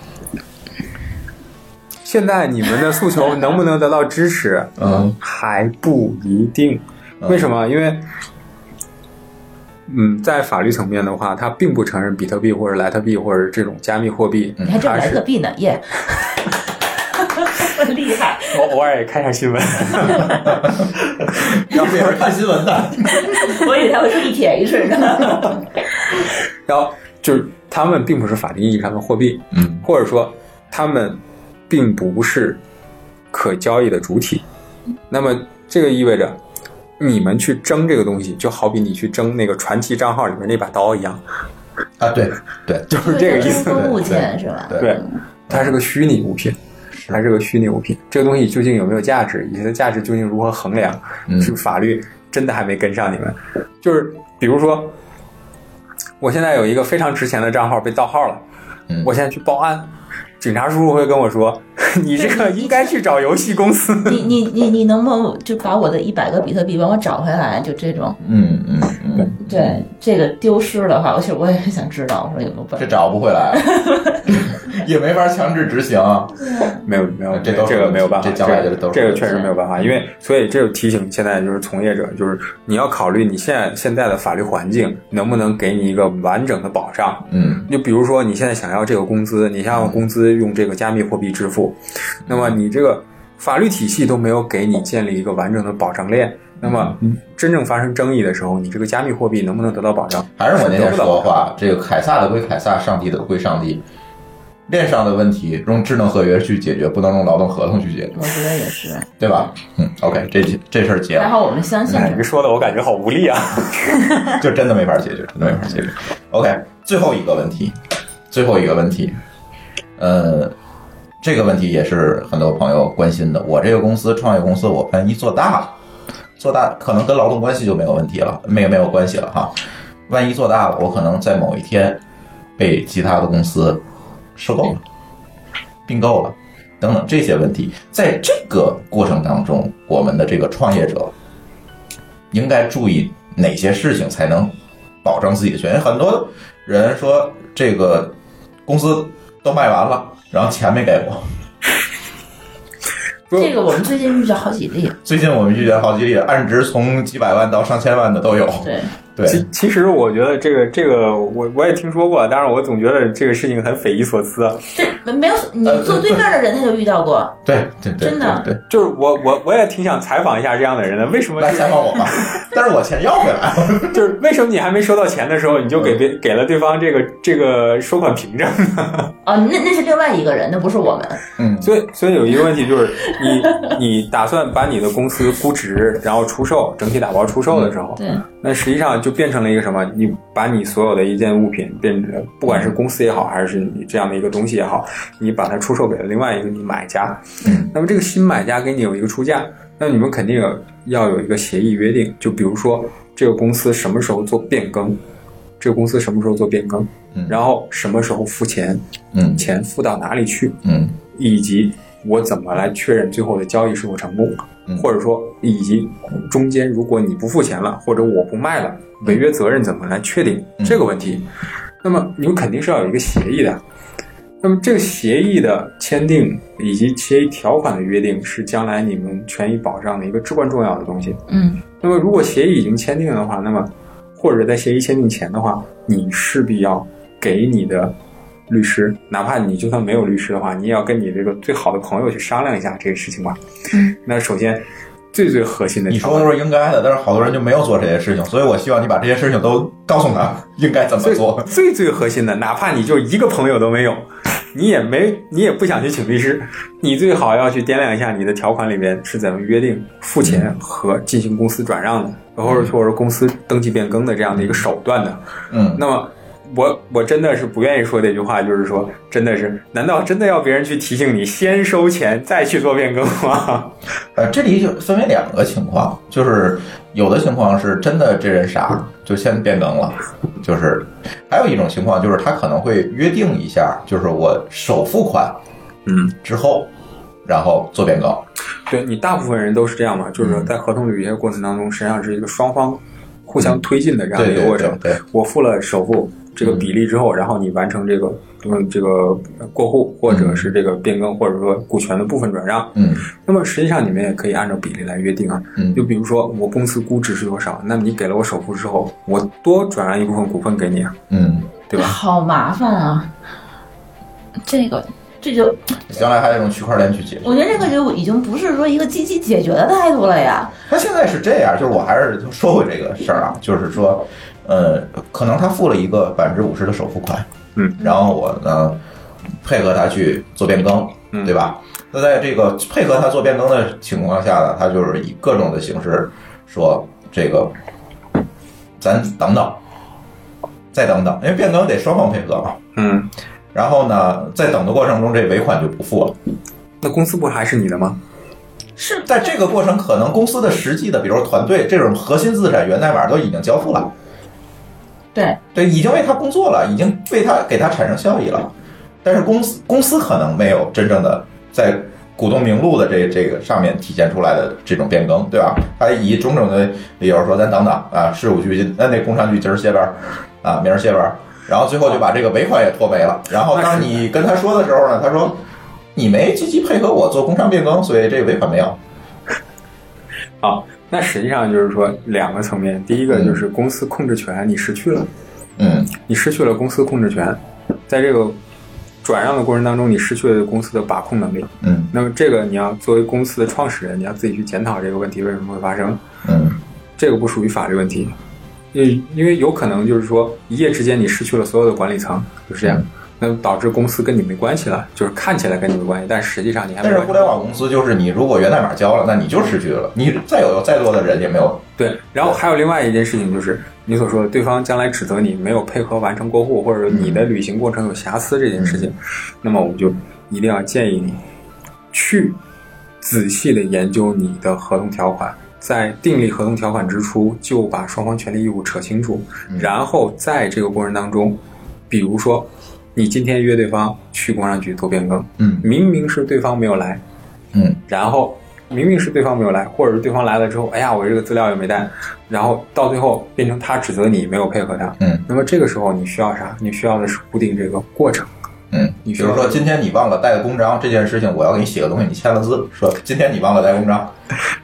A: [laughs]
E: 现在你们的诉求能不能得到支持，
A: 嗯，
E: 还不一定。
A: 嗯
E: 为什么？因为，嗯，在法律层面的话，它并不承认比特币或者莱特币或者这种加密货币，
A: 嗯
C: 你还挣
E: 它
C: 莱特
E: 是
C: 币呢，
E: [laughs]
C: 耶！厉害，
E: 我偶尔也看一下新闻。
A: 要不也是看新闻的。
C: 我以为他会说 ETH
E: [laughs]
C: 呢。
E: 然后就是他们并不是法定意义上的货币，
A: 嗯，
E: 或者说他们并不是可交易的主体。那么这个意味着，你们去争这个东西，就好比你去争那个传奇账号里面那把刀一样，
A: 啊，对对，
E: 就是这个意思
C: 会。物件是吧？
A: 对
E: 对，它是个虚拟物品，它是个虚拟物品。这个东西究竟有没有价值，以及它的价值究竟如何衡量，
A: 嗯
E: 是法律真的还没跟上你们。就是比如说，我现在有一个非常值钱的账号被盗号了，
A: 嗯
E: 我现在去报案，警察叔叔会跟我说， [laughs] 你这个应该去找游戏公司。
C: 你你你你能不能就把我的一百个比特币帮我找回来？就这种，
A: 嗯嗯嗯，
C: 对这个丢失的话，我其实我也想知道，我说有没有办
A: 这
C: 法？
A: 找不回
C: [laughs]
A: 来，也没法强制执行。
E: [laughs] 没有没有，
A: 这都是
E: 这个没有办法，
A: 这将来
E: 这
A: 这都
E: 个
A: 是嗯
E: 这个确实没有办法，因为所以这就提醒现在就是从业者，就是你要考虑你现在现在的法律环境能不能给你一个完整的保障。
A: 嗯
E: 就比如说你现在想要这个工资，你想要工资用这个加密货币支付，那么你这个法律体系都没有给你建立一个完整的保障链。那么
A: 嗯
E: 真正发生争议的时候，你这个加密货币能不能得到保障？
A: 还是我那天
E: 得不
A: 说
E: 到
A: 的话，这个凯撒的归凯撒，上帝的归上帝。链上的问题用智能合约去解决，不能用劳动合同去解决，
C: 我觉得也
E: 哎
C: 是。
A: 对吧？嗯，OK，这这事儿结
C: 还
A: 了，
C: 好我们相信
E: 哎，
C: 这
E: 你说的我感觉好无力啊。
A: 就真的没法解决，真的没法解决。OK，最后一个问题，最后一个问题，呃，这个问题也是很多朋友关心的。我这个公司创业公司，我万一做大了，做大可能跟劳动关系就没有问题了，没有没有关系了哈。万一做大了，我可能在某一天被其他的公司收购了、并购了。等等这些问题，在这个过程当中，我们的这个创业者应该注意哪些事情才能保障自己的权益？很多人说这个公司都卖完了，然后钱没给我。
C: 这个我们最近遇到好几例，
A: 最近我们遇见好几例，案值从几百万到上千万的都有。
C: 对，
A: 对，
E: 其其实我觉得这个这个我我也听说过，但是我总觉得这个事情很匪夷所思啊。
C: 这没没有你
E: 呃
C: 坐对面的人他就遇到过，
A: 对，对，对，
C: 真的
A: 对，对
E: 就是我我我也挺想采访一下这样的人的，为什么
A: 来采访我
E: [laughs]
A: 吧。但是我钱要回来了。
E: 就是为什么你还没收到钱的时候，你就给别
A: 嗯
E: 给了对方这个这个收款凭证？
C: 哦，那那是另外一个人，那不是我们，
A: 嗯，
E: 所以所以有一个问题就是，你 [laughs] 你打算把你的公司估值，然后出售，整体打包出售的时候，
C: 对，
E: 那实际上就变成了一个什么？你把你所有的一件物品变成，不管是公司也好，还是你这样的一个东西也好，你把它出售给了另外一个你买家。
A: 嗯，
E: 那么这个新买家给你有一个出价，那你们肯定有要有一个协议约定，就比如说这个公司什么时候做变更，这个公司什么时候做变更，
A: 嗯
E: 然后什么时候付钱，
A: 嗯
E: 钱付到哪里去，
A: 嗯
E: 以及我怎么来确认最后的交易是否成功，
A: 嗯
E: 或者说以及中间如果你不付钱了，或者我不卖了，违约责任怎么来确定、
A: 嗯
E: 这个问题？那么你们肯定是要有一个协议的。那么这个协议的签订以及协议条款的约定是将来你们权益保障的一个至关重要的东西。
C: 嗯，
E: 那么如果协议已经签订了的话，那么或者在协议签订前的话，你势必要给你的律师，哪怕你就算没有律师的话，你也要跟你这个最好的朋友去商量一下这个事情吧。
C: 嗯，
E: 那首先最最核心的
A: 你
E: 条
A: 说
E: 款，
A: 的都是应该的，但是好多人就没有做这些事情，所以我希望你把这些事情都告诉他应该怎么做。
E: 最最最核心的，哪怕你就一个朋友都没有，你也没你也不想去请律师，你最好要去掂量一下你的条款里面是怎么约定付钱和进行公司转让的，或者说是公司登记变更的这样的一个手段的。
A: 嗯，
E: 那么我我真的是不愿意说这句话，就是说，真的是，难道真的要别人去提醒你先收钱再去做变更吗？ [laughs]
A: 呃，这里就分为两个情况，就是有的情况是真的这人傻，就先变更了，就是；还有一种情况就是他可能会约定一下，就是我首付款
E: 嗯，
A: 之后，然后做变更。
E: 对你大部分人都是这样嘛，就是说
A: 嗯
E: 在合同履约过程当中，实际上是一个双方互相推进的这样
A: 对
E: 一个
A: 对
E: 过
A: 对
E: 程。
A: 对，
E: 我付了首付这个比例之后，然后你完成这个嗯这个过户或者是这个变更，或者说股权的部分转让。
A: 嗯
E: 那么实际上你们也可以按照比例来约定啊，
A: 嗯
E: 就比如说我公司估值是多少，那么你给了我首付之后，我多转让一部分股份给你啊，
A: 嗯，
E: 对
C: [laughs]
E: 吧？
C: 好麻烦啊，这个这就
A: 将来还得用区块链去解决。
C: 我觉得这个就已经不是说一个积极解决的态度了呀，
A: 他现在是这样，就是我还是说回这个事儿
E: 嗯
A: 啊，就是说，呃，可能他付了一个百分之五十的首付款，
E: 嗯，
A: 然后我呢配合他去做变更，
E: 嗯
A: 对吧？那在这个配合他做变更的情况下呢，他就是以各种的形式说这个，咱等等，再等等，因为变更得双方配合嘛。
E: 嗯，
A: 然后呢，在等的过程中，这尾款就不付了。
E: 那公司不还是你的吗？
C: 是
A: 在这个过程，可能公司的实际的，比如说团队这种核心资产源代码都已经交付了，
C: 对，
A: 对，已经为他工作了，已经为他给他产生效益了。但是公司公司可能没有真正的在股东名录的这这个上面体现出来的这种变更，对吧？他以种种的理由说咱等等啊，事务局那那工商局今儿歇班儿啊，明儿歇班儿，然后最后就把这个尾款也拖没了。然后当你跟他说的时候呢，他说你没积极配合我做工商变更，所以这尾款没有。
E: 啊，那实际上就是说两个层面，第一个就是公司控制权你失去了，
A: 嗯
E: 你失去了公司控制权，在这个转让的过程当中，你失去了公司的把控能力。
A: 嗯
E: 那么这个你要作为公司的创始人，你要自己去检讨这个问题为什么会发生。
A: 嗯
E: 这个不属于法律问
A: 嗯
E: 题，因因为有可能就是说一夜之间你失去了所有的管理层，就是这样。那导致公司跟你没关系了，就是看起来跟你没关系，但实际上你还没
A: 但是互
E: 有。
A: 联网公司就是你如果源代码交了，那你就失去了，你再有再多的人也没有。
E: 对，然后还有另外一件事情就是，你所说的对方将来指责你没有配合完成过户，或者说你的履行过程有瑕疵这件事
A: 嗯
E: 情，那么我们就一定要建议你去仔细的研究你的合同条款，在订立合同条款之初就把双方权利义务扯清楚，嗯然后在这个过程当中，比如说你今天约对方去工商局做变更，
A: 嗯
E: 明明是对方没有来，
A: 嗯，
E: 然后明明是对方没有来，或者是对方来了之后，哎呀，我这个资料也没带，然后到最后变成他指责你没有配合他，
A: 嗯，
E: 那么这个时候你需要啥？你需要的是固定这个过程，
A: 嗯，
E: 你
A: 比
E: 需要
A: 如说今天你忘了带公章这件事情，我要给你写个东西，你签了字，说今天你忘了带公章。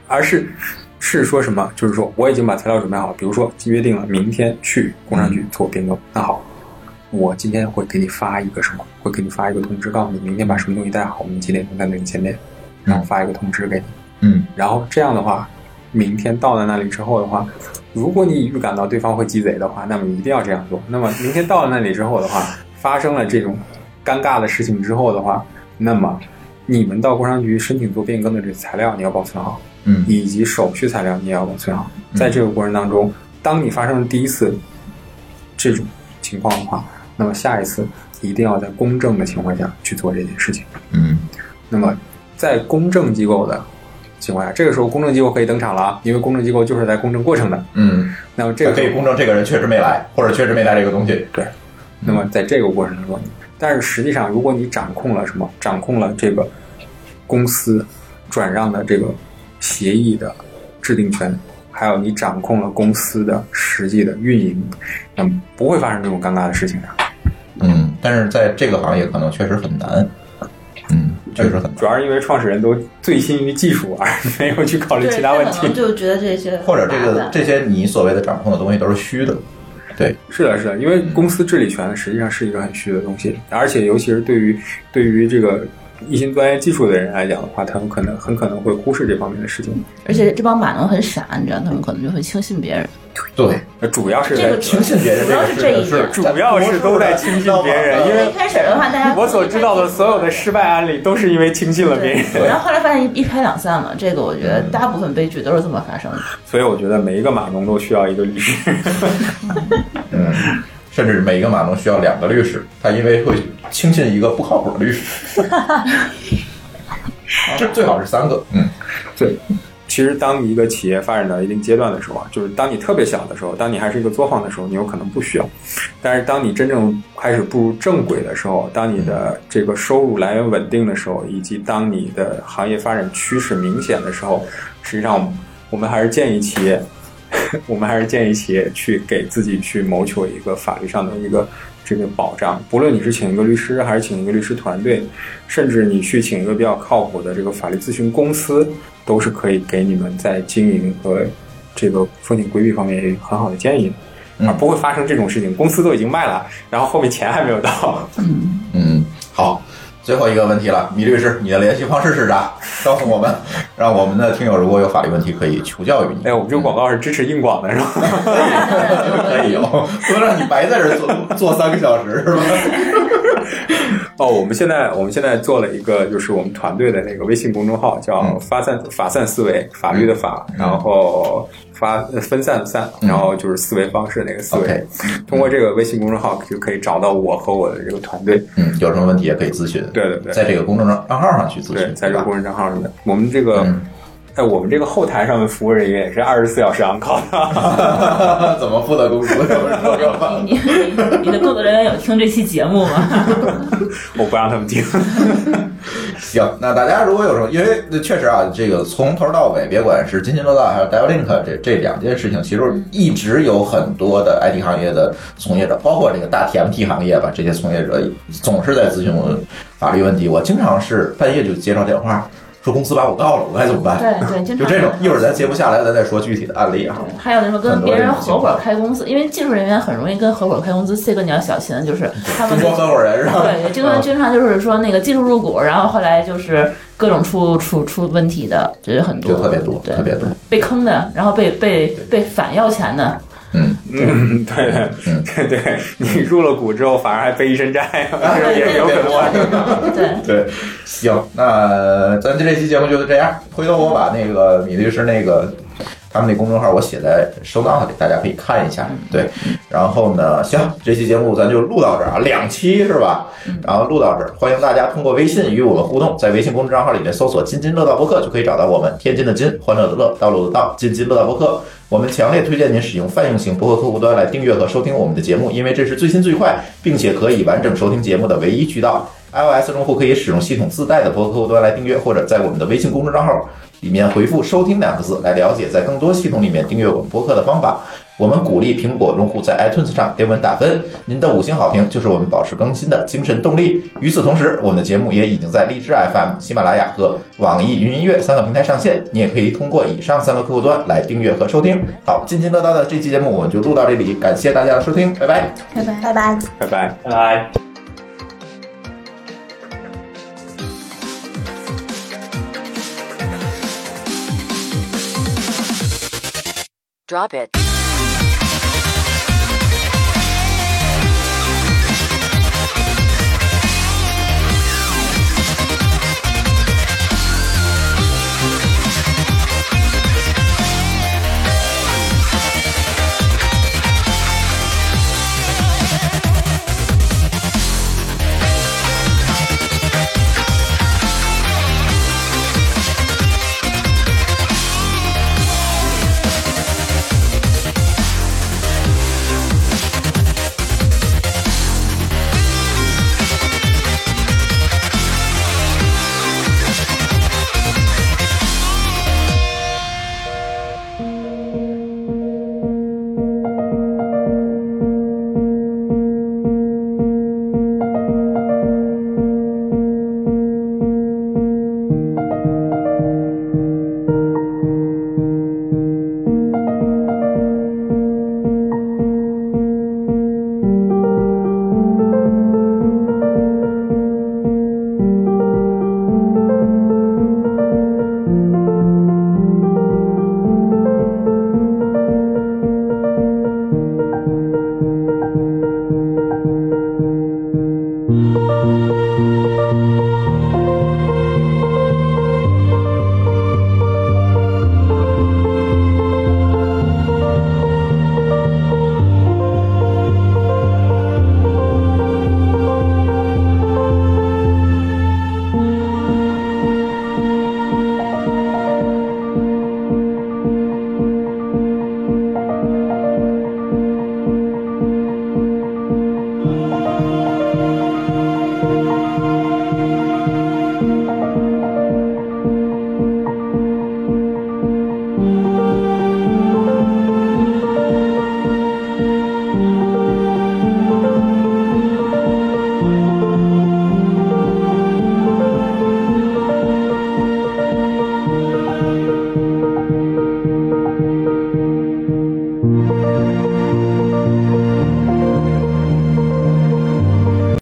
E: 而是是说什么？就是说我已经把材料准备好了，比如说约定了明天去工商局做变更，那好。我今天会给你发一个什么？会给你发一个通知，告诉你明天把什么东西带好，我们几点钟在那里见面，然后发一个通知给你。
A: 嗯
E: 然后这样的话，明天到了那里之后的话，如果你预感到对方会鸡贼的话，那么一定要这样做。那么明天到了那里之后的话，发生了这种尴尬的事情之后的话，那么你们到工商局申请做变更的这材料你要保存好，
A: 嗯
E: 以及手续材料你也要保存好。
A: 嗯
E: 在这个过程当中，当你发生第一次这种情况的话，那么下一次一定要在公正的情况下去做这件事情。
A: 嗯
E: 那么在公证机构的情况下，这个时候公证机构可以登场了啊，因为公证机构就是在公证过程的。
A: 嗯，
E: 那么这
A: 这
E: 个
A: 可以公证这个人确实没来，或者确实没带这个东西。
E: 对，那么在这个过程当中，但是实际上，如果你掌控了什么，掌控了这个公司转让的这个协议的制定权，还有你掌控了公司的实际的运营，那么不会发生这种尴尬的事情的。啊
A: 嗯，但是在这个行业可能确实很难。嗯，确实很难。
E: 主要是因为创始人都醉心于技术，而 [laughs] 没有去考虑
C: 对，
E: 其他问
C: 可
E: 题
C: 能。就觉得这些
A: 或者这
C: 麻
A: 个
C: 烦
A: 这些你所谓的掌控的东西都是虚的。对，
E: 是的，是嗯的，因为公司治理权实际上是一个很虚的东西，而且尤其是对于对于这个一心钻研技术的人来讲的话，他们可能很可能会忽视这方面的事情。
C: 而且这帮码农很傻，你知道，他们可能就会轻信别人。
A: 对，
E: 那主要是
C: 这
E: 在
C: 个
A: 轻信别人
C: 主要是
A: 这
C: 这
A: 个
C: 一
A: 事
C: 点。
E: 主要是都在轻信别人，因为
C: 一开始的话，大家
E: 我所知道的所有的失败案例都是因为轻信了别人。
C: 对，然后后来发现一拍两散了。这个我觉
A: 嗯
C: 得大部分悲剧都是这么发生的。
E: 所以我觉得每一个码农都需要一个律师。
A: 嗯，甚至每一个码农需要两个律师，他因为会轻信一个不靠谱的律师，
E: [laughs]
A: 这最好是三个。嗯
E: 对，其实当一个企业发展到一定阶段的时候啊，就是当你特别小的时候，当你还是一个作坊的时候，你有可能不需要；但是当你真正开始步入正轨的时候，当你的这个收入来源稳定的时候，以及当你的行业发展趋势明显的时候，实际上我们我们还是建议企业， [laughs] 我们还是建议企业去给自己去谋求一个法律上的一个。这个保障，不论你是请一个律师，还是请一个律师团队，甚至你去请一个比较靠谱的这个法律咨询公司，都是可以给你们在经营和这个风险规避方面有很好的建议的，啊而不会发生这种事情。公司都已经卖了，然后后面钱还没有到， [laughs]
A: 嗯，好，最后一个问题了，米律师，你的联系方式是啥？告诉我
E: [laughs]
A: 们，让我们的听友如果有法律问题可以求教于你
E: 哎，。我们这个广告是支持硬广的，是吧？
A: [laughs]
E: [laughs]
A: 可以有，不能让你白在这儿坐坐三个小时
E: [laughs]
A: 是吧？
E: 哦，我们现在我们现在做了一个，就是我们团队的那个微信公众号，叫
A: 嗯
E: “发散法散思维”，法律的法，然后发呃分散的散，然后就是思维方式那个思
A: OK
E: 维。通过这个微信公众号就可以找到我和我的这个团队。
A: 嗯，有什么问题也可以咨询。
E: 对对对
A: 在这个公众账号上去咨
E: 对，
A: 询，
E: 在这个
A: 吧
E: 公？众账号上面，我们这个 [laughs]
A: 嗯 [laughs]
E: 在我们这个后台上面服务人员也是二十四小时 on call 的。 [laughs]
A: 怎么付的公主？ [laughs] 怎么说这话
C: 你 [laughs] 你你的工作人员有听这期节目吗？
A: [laughs]
E: 我不让他们听。
A: 行，那大家如果有什么，因为确实啊，这个从头到尾，别管是津津乐道还是 Dialink 这这两件事情，其
C: 嗯
A: 实一直有很多的 IT 行业的从业者，包括这个大 TMT 行业吧，这些从业者总是在咨询我法律问题。我经常是半夜就接到电话，说公司把我告了，我该怎么办？
C: 对对，经
A: 就
C: 常
A: 这种，一会儿咱接不下来，咱再说具体的案例啊。
C: 还有那种跟别人合伙开公司，因为技术人员很容易跟合伙开公司，这个你要小心，就是他们
A: 中国合伙人是吧？
C: 对，经常经常就是说那个技术入股，然后后来就是各种出出出问题的，就是很多，
A: 就特别多，
C: 对
A: 特别多。 [laughs]
C: 被坑的，然后被被被反要钱的，
E: [laughs]
A: 嗯，
E: 嗯，对
A: 嗯
E: 对对，你入了股之后反而还背一身债，
C: 对
E: [laughs] 也有很多。
C: 对，
A: 对，行，那咱这期节目就是这样。回头我把那个米律师那个他们那公众号我写在收档了，给大家可以看一下。对，然后呢，行，这期节目咱就录到这儿啊，两期是吧？然后录到这儿，欢迎大家通过微信与我们互动，在微信公众账号里面搜索“津津乐道播客”就可以找到我们。天津的津，欢乐的乐，道路的道，津津乐道播客。我们强烈推荐您使用泛用型播客客户端来订阅和收听我们的节目，因为这是最新最快，并且可以完整收听节目的唯一渠道。iOS 用户可以使用系统自带的播客客户端来订阅，或者在我们的微信公众账号里面回复“收听”两个字来了解在更多系统里面订阅我们播客的方法。我们鼓励苹果用户在 iTunes 上给我们打分，您的五星好评就是我们保持更新的精神动力。与此同时，我们的节目也已经在荔枝 FM、喜马拉雅和网易云音乐三个平台上线，你也可以通过以上三个客户端来订阅和收听。好，津津乐道的这期节目我们就录到这里，感谢大家的收听，拜拜。
C: 拜拜。
D: 拜拜。
E: 拜拜。
B: 拜拜。
F: Drop it.